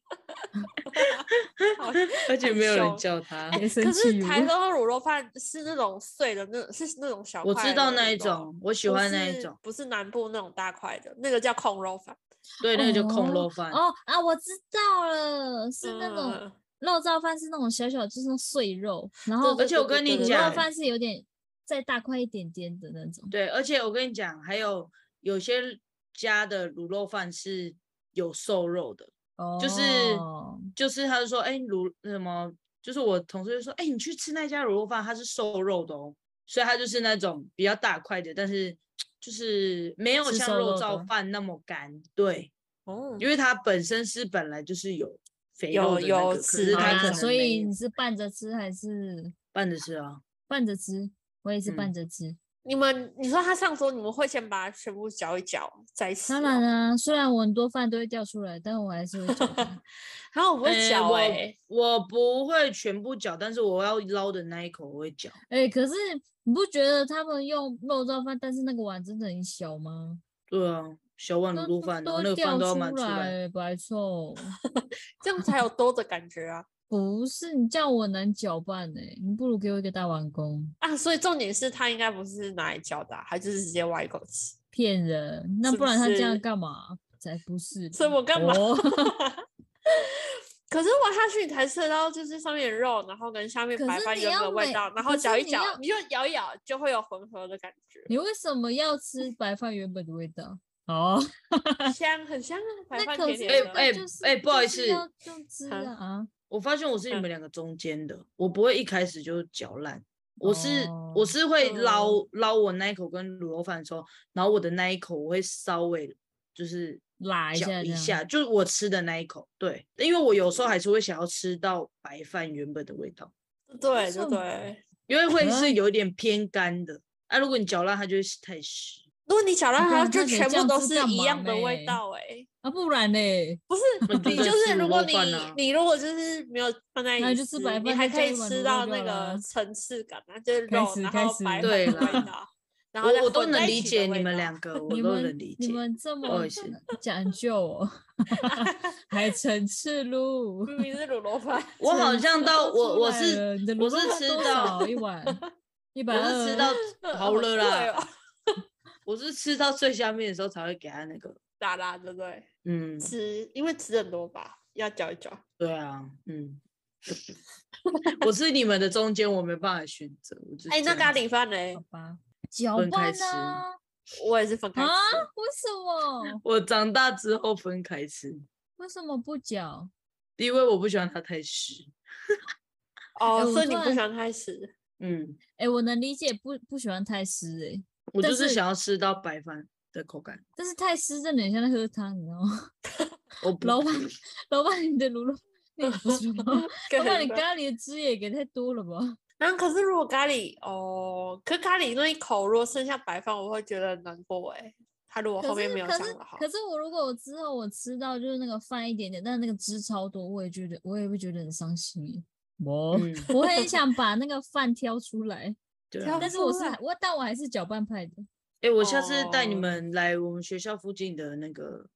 [SPEAKER 1] 好
[SPEAKER 3] 而且
[SPEAKER 1] 很
[SPEAKER 3] 没有人
[SPEAKER 1] 凶
[SPEAKER 3] 叫他
[SPEAKER 1] 哎。
[SPEAKER 2] 别生
[SPEAKER 1] 可
[SPEAKER 2] 气
[SPEAKER 1] 是
[SPEAKER 2] 哦
[SPEAKER 1] 台中卤肉饭是那种碎的，那是那种小块
[SPEAKER 3] 我
[SPEAKER 1] 的卤肉，
[SPEAKER 3] 知道那一种，我喜
[SPEAKER 1] 哦不
[SPEAKER 3] 欢那一
[SPEAKER 1] 是
[SPEAKER 3] 种，，
[SPEAKER 1] 不是南部那种大块的，那个叫控肉饭。
[SPEAKER 3] 对，那个就控肉
[SPEAKER 2] 哦
[SPEAKER 3] 饭。
[SPEAKER 2] 哦啊，我知道了，是那种
[SPEAKER 1] 嗯
[SPEAKER 2] 肉燥饭，是那种小小，就是那种碎肉，然后
[SPEAKER 1] 对
[SPEAKER 3] 而且我跟你
[SPEAKER 2] 卤
[SPEAKER 3] 讲
[SPEAKER 2] 肉饭是有点再大块一点点的那种。
[SPEAKER 3] 对，而且我跟你讲，还有有些家的卤肉饭是有瘦肉的，
[SPEAKER 2] 哦，
[SPEAKER 3] 就是就是他就说，哎、卤什么？就是我同事就说，哎、你去吃那家卤肉饭，它是瘦肉的哦，所以它就是那种比较大块的，但是就是没有
[SPEAKER 2] 是
[SPEAKER 3] 像
[SPEAKER 2] 瘦
[SPEAKER 3] 肉
[SPEAKER 2] 肉
[SPEAKER 3] 燥
[SPEAKER 2] 的
[SPEAKER 3] 饭那么干，对，
[SPEAKER 1] 哦，
[SPEAKER 3] 因为它本身是本来就是有肥
[SPEAKER 1] 有
[SPEAKER 3] 肉的那
[SPEAKER 1] 有啊
[SPEAKER 3] 个可
[SPEAKER 1] 吃
[SPEAKER 3] 是
[SPEAKER 1] 的
[SPEAKER 2] 好
[SPEAKER 3] 它
[SPEAKER 1] 那
[SPEAKER 3] 可
[SPEAKER 2] 啦，
[SPEAKER 3] 能
[SPEAKER 2] 所以
[SPEAKER 3] 没有
[SPEAKER 2] 你是拌着吃还是
[SPEAKER 3] 拌着吃啊，
[SPEAKER 2] 拌着吃？我也是拌
[SPEAKER 3] 嗯
[SPEAKER 2] 着吃。
[SPEAKER 1] 你们你说他上桌，你们会先把它全部搅一搅再吃
[SPEAKER 2] 当
[SPEAKER 1] 哦？
[SPEAKER 2] 然啦、虽然我很多饭都会掉出来，但我还是会觉得
[SPEAKER 1] 然后我不会
[SPEAKER 3] 呃
[SPEAKER 1] 搅
[SPEAKER 3] 我
[SPEAKER 1] 哎、
[SPEAKER 3] 我不会全部搅，但是我要捞的那一口我会搅。
[SPEAKER 2] 哎、可是你不觉得他们用肉燥饭，但是那个碗真的很小吗？
[SPEAKER 3] 对啊，小碗卤
[SPEAKER 2] 那
[SPEAKER 3] 肉
[SPEAKER 2] 都
[SPEAKER 3] 饭，然
[SPEAKER 2] 都
[SPEAKER 3] 后
[SPEAKER 2] 会
[SPEAKER 3] 那个
[SPEAKER 2] 掉
[SPEAKER 3] 饭都要
[SPEAKER 2] 出
[SPEAKER 3] 满出来。
[SPEAKER 2] 来，白臭。
[SPEAKER 1] 这样才有多的感觉啊
[SPEAKER 2] 不是你叫我难搅拌哎、你不如给我一个大碗公，
[SPEAKER 1] 啊！所以重点是他应该不是拿来搅的啊、他就是直接挖一口吃。
[SPEAKER 2] 骗人。那
[SPEAKER 1] 是不
[SPEAKER 2] 不然他这样
[SPEAKER 1] 是
[SPEAKER 2] 干嘛？才 不是呢，
[SPEAKER 1] 所以我干嘛
[SPEAKER 2] 哦
[SPEAKER 1] 可是挖下去你才吃得到，就是上面的肉，然后跟下面
[SPEAKER 2] 可
[SPEAKER 1] 白
[SPEAKER 2] 是
[SPEAKER 1] 饭
[SPEAKER 2] 你
[SPEAKER 1] 原本
[SPEAKER 2] 要
[SPEAKER 1] 的味
[SPEAKER 2] 每
[SPEAKER 1] 道，然
[SPEAKER 2] 可
[SPEAKER 1] 后
[SPEAKER 2] 是
[SPEAKER 1] 搅一
[SPEAKER 2] 你
[SPEAKER 1] 搅，
[SPEAKER 2] 要
[SPEAKER 1] 你就咬一咬，就会有混合的感 觉，
[SPEAKER 2] 你为什么要吃白饭原本的味道？哦，
[SPEAKER 1] 香，很香啊！白
[SPEAKER 2] 那
[SPEAKER 1] 饭
[SPEAKER 2] 可
[SPEAKER 1] 甜
[SPEAKER 2] 是
[SPEAKER 1] 甜
[SPEAKER 2] 那
[SPEAKER 1] 的。
[SPEAKER 2] 个
[SPEAKER 3] 哎
[SPEAKER 2] 就是
[SPEAKER 3] 哎不好意
[SPEAKER 2] 就是
[SPEAKER 3] 思
[SPEAKER 2] 要用汁
[SPEAKER 1] 啊
[SPEAKER 2] 啊啊！
[SPEAKER 3] 我发现我是你
[SPEAKER 1] 嗯
[SPEAKER 3] 们两个中间的，我不会一开始就搅烂，我是、我
[SPEAKER 2] 哦
[SPEAKER 3] 是会捞
[SPEAKER 1] 嗯
[SPEAKER 3] 捞我那一口跟卤肉饭的时候，然后我的那一口我会稍微就是
[SPEAKER 2] 拉一
[SPEAKER 3] 搅
[SPEAKER 2] 下这
[SPEAKER 3] 一
[SPEAKER 2] 样嗯
[SPEAKER 3] 下，就是我吃的那一口。对，因为我有时候还是会想要吃到白饭原本的味道，
[SPEAKER 1] 对对
[SPEAKER 2] 送
[SPEAKER 1] 对，
[SPEAKER 3] 因为会
[SPEAKER 2] 啊
[SPEAKER 3] 是有一点偏干的。啊，如果你搅烂，它就会太湿。
[SPEAKER 1] 如果你搅到
[SPEAKER 2] 不
[SPEAKER 3] 啊
[SPEAKER 1] 它，
[SPEAKER 2] 然
[SPEAKER 1] 就
[SPEAKER 2] 它得
[SPEAKER 1] 全
[SPEAKER 2] 这
[SPEAKER 1] 部
[SPEAKER 2] 样
[SPEAKER 1] 都
[SPEAKER 2] 子
[SPEAKER 1] 是
[SPEAKER 2] 干
[SPEAKER 1] 一
[SPEAKER 2] 嘛
[SPEAKER 1] 样的味
[SPEAKER 2] 咩
[SPEAKER 1] 道哎、
[SPEAKER 2] 啊，不然呢？
[SPEAKER 1] 不是
[SPEAKER 3] 那就
[SPEAKER 1] 你
[SPEAKER 3] 在
[SPEAKER 1] 就
[SPEAKER 3] 吃
[SPEAKER 1] 是
[SPEAKER 3] 卤
[SPEAKER 1] 如果
[SPEAKER 3] 肉
[SPEAKER 1] 你
[SPEAKER 3] 饭啊
[SPEAKER 1] 你如果就是没有放在一
[SPEAKER 2] 那
[SPEAKER 1] 起
[SPEAKER 2] 就
[SPEAKER 1] 吃
[SPEAKER 2] 吃白，
[SPEAKER 1] 你
[SPEAKER 2] 饭
[SPEAKER 1] 还
[SPEAKER 2] 再
[SPEAKER 1] 可
[SPEAKER 2] 加
[SPEAKER 1] 以
[SPEAKER 2] 一碗
[SPEAKER 1] 吃
[SPEAKER 2] 卤
[SPEAKER 1] 到
[SPEAKER 2] 肉
[SPEAKER 1] 那
[SPEAKER 2] 就
[SPEAKER 1] 个
[SPEAKER 2] 好啦
[SPEAKER 1] 层次感啊，就是
[SPEAKER 2] 开
[SPEAKER 1] 肉，
[SPEAKER 2] 始
[SPEAKER 1] 然
[SPEAKER 2] 开
[SPEAKER 1] 后
[SPEAKER 2] 始
[SPEAKER 1] 白饭
[SPEAKER 3] 对
[SPEAKER 1] 的味
[SPEAKER 3] 啦
[SPEAKER 1] 道，然后再
[SPEAKER 3] 我我都
[SPEAKER 1] 混在
[SPEAKER 3] 能
[SPEAKER 1] 一
[SPEAKER 3] 理
[SPEAKER 1] 起
[SPEAKER 3] 解
[SPEAKER 1] 的
[SPEAKER 3] 你
[SPEAKER 1] 味
[SPEAKER 3] 们
[SPEAKER 1] 道
[SPEAKER 3] 两 个，我
[SPEAKER 2] 你
[SPEAKER 3] 都能
[SPEAKER 2] 们
[SPEAKER 3] 理解。
[SPEAKER 2] 你们这
[SPEAKER 3] 好
[SPEAKER 2] 么
[SPEAKER 3] 意 思
[SPEAKER 2] 讲究哦， 还层 次路。
[SPEAKER 1] 明明是卤肉饭，
[SPEAKER 3] 我好
[SPEAKER 2] 层
[SPEAKER 3] 像
[SPEAKER 2] 次
[SPEAKER 3] 到哦
[SPEAKER 2] 都
[SPEAKER 3] 我
[SPEAKER 2] 出
[SPEAKER 3] 我
[SPEAKER 2] 来
[SPEAKER 3] 是
[SPEAKER 2] 了你的
[SPEAKER 3] 我
[SPEAKER 2] 卤肉
[SPEAKER 3] 是
[SPEAKER 2] 饭
[SPEAKER 3] 吃
[SPEAKER 2] 多
[SPEAKER 3] 到
[SPEAKER 2] 少一碗一百
[SPEAKER 3] 我
[SPEAKER 2] 二，
[SPEAKER 3] 是吃 到好
[SPEAKER 2] 呃
[SPEAKER 3] 了
[SPEAKER 1] 贵
[SPEAKER 3] 啦，
[SPEAKER 1] 哦，
[SPEAKER 3] 我是吃到最下面的时候才会给他那个，
[SPEAKER 1] 辣辣的对，
[SPEAKER 3] 嗯，
[SPEAKER 1] 吃因为吃很多吧，要搅一搅。
[SPEAKER 3] 对啊，嗯，我是你们的中间，我没办法选择，我就是
[SPEAKER 1] 哎、那
[SPEAKER 3] 这样
[SPEAKER 1] 咖
[SPEAKER 3] 子哦
[SPEAKER 1] 喱饭嘞
[SPEAKER 2] 好，吧，搅
[SPEAKER 3] 分开
[SPEAKER 2] 拌
[SPEAKER 3] 吃
[SPEAKER 2] 啊
[SPEAKER 1] 我也是分开吃
[SPEAKER 2] 啊，？为什么？
[SPEAKER 3] 我长大之后分开吃，
[SPEAKER 2] 为什么不搅？
[SPEAKER 3] 因为我不喜欢它太湿，
[SPEAKER 2] 哎
[SPEAKER 1] 哦，
[SPEAKER 2] 我
[SPEAKER 1] 所以
[SPEAKER 2] 突
[SPEAKER 1] 你不
[SPEAKER 2] 然
[SPEAKER 1] 喜欢开始
[SPEAKER 3] 嗯，
[SPEAKER 2] 哎、我能理解不不喜欢太湿哎、
[SPEAKER 3] 我
[SPEAKER 2] 但
[SPEAKER 3] 就是
[SPEAKER 2] 是
[SPEAKER 3] 想要吃到白饭的口感，
[SPEAKER 2] 但是太湿真的很像在喝汤，你知道吗？
[SPEAKER 3] 我不
[SPEAKER 2] 老板，老板，你的卤肉，那个不是 卤肉
[SPEAKER 1] 跟
[SPEAKER 2] 老板，你
[SPEAKER 1] 吧
[SPEAKER 2] 咖喱的汁也给太多了吧？
[SPEAKER 1] 然后可是如果咖喱哦，可咖喱那一口如果剩下白饭，我会觉得很难过哎。他如果后
[SPEAKER 2] 可是
[SPEAKER 1] 面没有
[SPEAKER 2] 可
[SPEAKER 1] 香
[SPEAKER 2] 是
[SPEAKER 1] 的话，
[SPEAKER 2] 可是我如果我之后我吃到就是那个饭一点点，但是那个汁超多，我也觉得我也会觉得很伤心耶。我、
[SPEAKER 3] 嗯，
[SPEAKER 2] 我会很想把那个饭挑出来，
[SPEAKER 3] 对
[SPEAKER 1] 挑
[SPEAKER 3] 啊，
[SPEAKER 2] 但是我是
[SPEAKER 1] 出来
[SPEAKER 2] 还我但我还是搅拌派的。
[SPEAKER 3] 哎、我下次带你
[SPEAKER 1] 哦
[SPEAKER 3] 们来我们学校附近的那个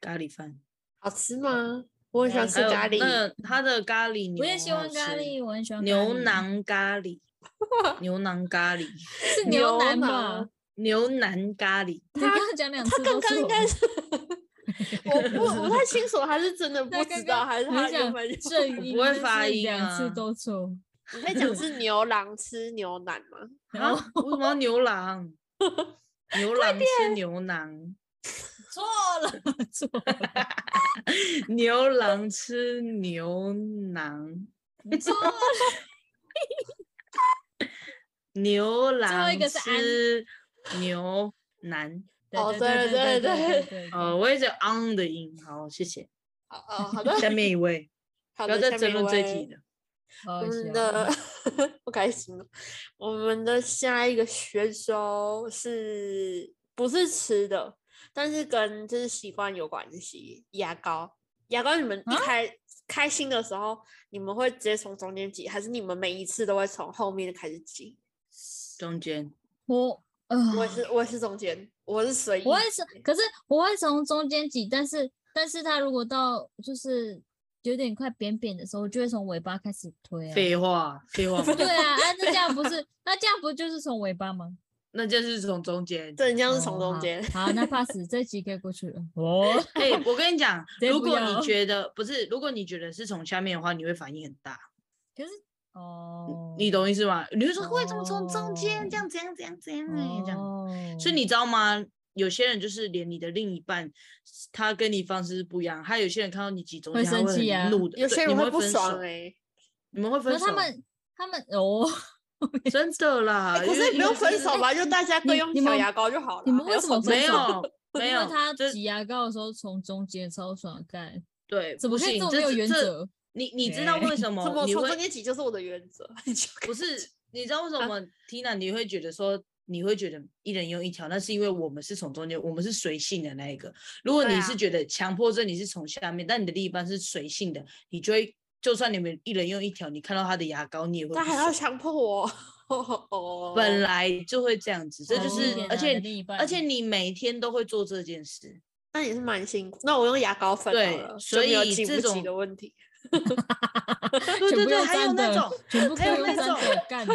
[SPEAKER 3] 咖喱饭，
[SPEAKER 1] 好吃吗？我很喜欢
[SPEAKER 2] 嗯
[SPEAKER 1] 吃
[SPEAKER 3] 还有
[SPEAKER 1] 咖喱，
[SPEAKER 3] 那它的咖喱牛
[SPEAKER 2] 我
[SPEAKER 3] 很好吃，
[SPEAKER 2] 也喜欢咖喱，我很喜欢咖
[SPEAKER 3] 牛
[SPEAKER 2] 喱
[SPEAKER 3] 腩咖喱，牛腩咖喱，
[SPEAKER 2] 是
[SPEAKER 1] 牛
[SPEAKER 2] 牛
[SPEAKER 1] 腩
[SPEAKER 2] 腩吧？
[SPEAKER 3] 牛腩咖喱，
[SPEAKER 2] 他刚刚讲两次
[SPEAKER 1] 他
[SPEAKER 2] 都
[SPEAKER 1] 刚
[SPEAKER 2] 是
[SPEAKER 1] 刚应
[SPEAKER 2] 我
[SPEAKER 1] 该
[SPEAKER 2] 们
[SPEAKER 1] 是我不我不太清楚，他是真的不
[SPEAKER 2] 他
[SPEAKER 1] 知
[SPEAKER 2] 刚
[SPEAKER 1] 道
[SPEAKER 2] 刚
[SPEAKER 1] 还是
[SPEAKER 2] 很
[SPEAKER 1] 他原
[SPEAKER 2] 想
[SPEAKER 1] 本就
[SPEAKER 2] 正音
[SPEAKER 1] 你
[SPEAKER 3] 不会
[SPEAKER 2] 就
[SPEAKER 3] 发
[SPEAKER 2] 是
[SPEAKER 3] 音
[SPEAKER 2] 两次
[SPEAKER 3] 啊
[SPEAKER 2] 都错。
[SPEAKER 1] 在讲是牛郎吃牛腩吗？
[SPEAKER 3] 啊，为什么要牛郎？牛郎吃牛腩，
[SPEAKER 2] 错了，错了，
[SPEAKER 3] 牛郎吃牛腩，
[SPEAKER 2] 错了。
[SPEAKER 3] 牛
[SPEAKER 2] 后一
[SPEAKER 3] 郎
[SPEAKER 2] 个是安
[SPEAKER 3] 吃牛腩。
[SPEAKER 1] 哦对对对对
[SPEAKER 2] 对
[SPEAKER 3] 呃，我一直 on 的音，好，谢谢。
[SPEAKER 1] 哦哦，好的
[SPEAKER 3] 下面一位，
[SPEAKER 1] 好
[SPEAKER 3] 不要
[SPEAKER 1] 的，
[SPEAKER 3] 再
[SPEAKER 1] 下
[SPEAKER 3] 争
[SPEAKER 1] 面一
[SPEAKER 3] 论这一
[SPEAKER 1] 位
[SPEAKER 3] 题了。
[SPEAKER 2] 好
[SPEAKER 1] 我
[SPEAKER 2] 好
[SPEAKER 1] 们
[SPEAKER 2] 笑
[SPEAKER 1] 的嗯 不开心了。我们的下一个选手是不是吃的？但是跟就是习惯有关系。牙膏，牙膏，你们一
[SPEAKER 2] 啊
[SPEAKER 1] 开、开心的时候，你们会直接从中间挤，还是你们每一次都会从后面开始挤？
[SPEAKER 3] 中间，
[SPEAKER 2] 我呃，
[SPEAKER 1] 我也是，我也是中间，我是随意。
[SPEAKER 2] 我会从，可是我会从中间挤，但是但是它如果到就是有点快扁扁的时候，我就会从尾巴开始推啊。
[SPEAKER 3] 废话，废话嘛，
[SPEAKER 2] 对啊，啊那这样不是，那这样不就是从尾巴吗？
[SPEAKER 3] 那就是从中 间。
[SPEAKER 1] 对，你这样是
[SPEAKER 2] 哦
[SPEAKER 1] 从中
[SPEAKER 2] 好
[SPEAKER 1] 间。
[SPEAKER 2] 好，那 pass 这集可以过去了。哦，，
[SPEAKER 3] 哎、我跟你讲
[SPEAKER 2] 直接
[SPEAKER 3] 如
[SPEAKER 2] 不
[SPEAKER 3] 果
[SPEAKER 2] 要
[SPEAKER 3] 你觉得不是，如果你觉得是从下面的话，你会反应很大，
[SPEAKER 2] 可是哦，
[SPEAKER 3] 你懂意思吗？你会说为什么从中
[SPEAKER 2] 哦
[SPEAKER 3] 间这样这样这样这样欸这样？
[SPEAKER 2] 哦，
[SPEAKER 3] 所以你知道吗？有些人就是连你的另一半，他跟你方式是不一样。他有些人看到你挤中
[SPEAKER 2] 会
[SPEAKER 3] 间，他
[SPEAKER 2] 生
[SPEAKER 3] 会
[SPEAKER 2] 气
[SPEAKER 3] 很
[SPEAKER 2] 啊
[SPEAKER 3] 怒的，
[SPEAKER 1] 有
[SPEAKER 3] 对
[SPEAKER 1] 些
[SPEAKER 3] 你
[SPEAKER 1] 人
[SPEAKER 3] 们会
[SPEAKER 1] 不
[SPEAKER 3] 分
[SPEAKER 1] 爽
[SPEAKER 3] 手啊
[SPEAKER 1] 哎、
[SPEAKER 3] 你们会分
[SPEAKER 2] 可
[SPEAKER 3] 手，
[SPEAKER 2] 欸是他们哎他们哦，
[SPEAKER 3] 真的啦。
[SPEAKER 1] 欸可
[SPEAKER 3] 因
[SPEAKER 1] 是
[SPEAKER 3] 为
[SPEAKER 1] 不
[SPEAKER 3] 因为
[SPEAKER 1] 用分
[SPEAKER 3] 真的
[SPEAKER 1] 手吧？就大家各
[SPEAKER 2] 你
[SPEAKER 1] 用
[SPEAKER 2] 你
[SPEAKER 1] 小
[SPEAKER 2] 们
[SPEAKER 1] 牙膏就好了。
[SPEAKER 2] 你们
[SPEAKER 1] 还
[SPEAKER 2] 为
[SPEAKER 1] 有
[SPEAKER 2] 什
[SPEAKER 1] 什
[SPEAKER 2] 么
[SPEAKER 1] 么
[SPEAKER 2] 分
[SPEAKER 3] 没
[SPEAKER 2] 手
[SPEAKER 3] 有没
[SPEAKER 2] 因为
[SPEAKER 3] 有，
[SPEAKER 2] 他
[SPEAKER 3] 这
[SPEAKER 2] 挤牙膏的时候从中间超爽干，
[SPEAKER 3] 对
[SPEAKER 2] 怎么
[SPEAKER 3] 不
[SPEAKER 2] 可以
[SPEAKER 3] 行这
[SPEAKER 2] 这么没有
[SPEAKER 3] 这
[SPEAKER 2] 原
[SPEAKER 3] 这
[SPEAKER 2] 则？哎
[SPEAKER 3] 你你知道
[SPEAKER 2] 对
[SPEAKER 3] 为什
[SPEAKER 1] 怎
[SPEAKER 3] 么
[SPEAKER 1] 么
[SPEAKER 3] 你
[SPEAKER 1] 从
[SPEAKER 3] 会
[SPEAKER 1] 中间挤就是我的原则？ 你就
[SPEAKER 3] 不是，你知道为什
[SPEAKER 2] 啊
[SPEAKER 3] 么 Tina 你会觉得说你会觉得一人用一条，那是因为我们是从中间，我们是随性的那一个。如果
[SPEAKER 1] 对
[SPEAKER 3] 你
[SPEAKER 1] 啊
[SPEAKER 3] 是觉得强迫症，你是从下面，但你的另一半是随性的，你就会就算你们一人用一条，你看到他的牙膏，你也会
[SPEAKER 1] 但
[SPEAKER 3] 不
[SPEAKER 1] 还要
[SPEAKER 3] 爽
[SPEAKER 1] 强迫我。哦，
[SPEAKER 3] 本来就会这样子，这就
[SPEAKER 2] 同意
[SPEAKER 3] 是
[SPEAKER 2] 点
[SPEAKER 3] 而
[SPEAKER 2] 啊
[SPEAKER 3] 且
[SPEAKER 2] 你的另一半
[SPEAKER 3] 而且你每天都会做这件 事，
[SPEAKER 1] 那也是蛮辛苦。那我用牙膏粉好
[SPEAKER 3] 对
[SPEAKER 1] 了就
[SPEAKER 3] 所
[SPEAKER 1] 没有
[SPEAKER 3] 以
[SPEAKER 1] 挤
[SPEAKER 3] 这
[SPEAKER 1] 不挤
[SPEAKER 3] 种
[SPEAKER 1] 的问题。
[SPEAKER 3] 对
[SPEAKER 2] 全
[SPEAKER 3] 对
[SPEAKER 2] 部
[SPEAKER 3] 对，
[SPEAKER 2] 用
[SPEAKER 3] 还有
[SPEAKER 2] 粘
[SPEAKER 3] 那
[SPEAKER 2] 的
[SPEAKER 3] 种
[SPEAKER 2] 全部
[SPEAKER 3] 还
[SPEAKER 2] 都
[SPEAKER 3] 有那
[SPEAKER 2] 用粘的干，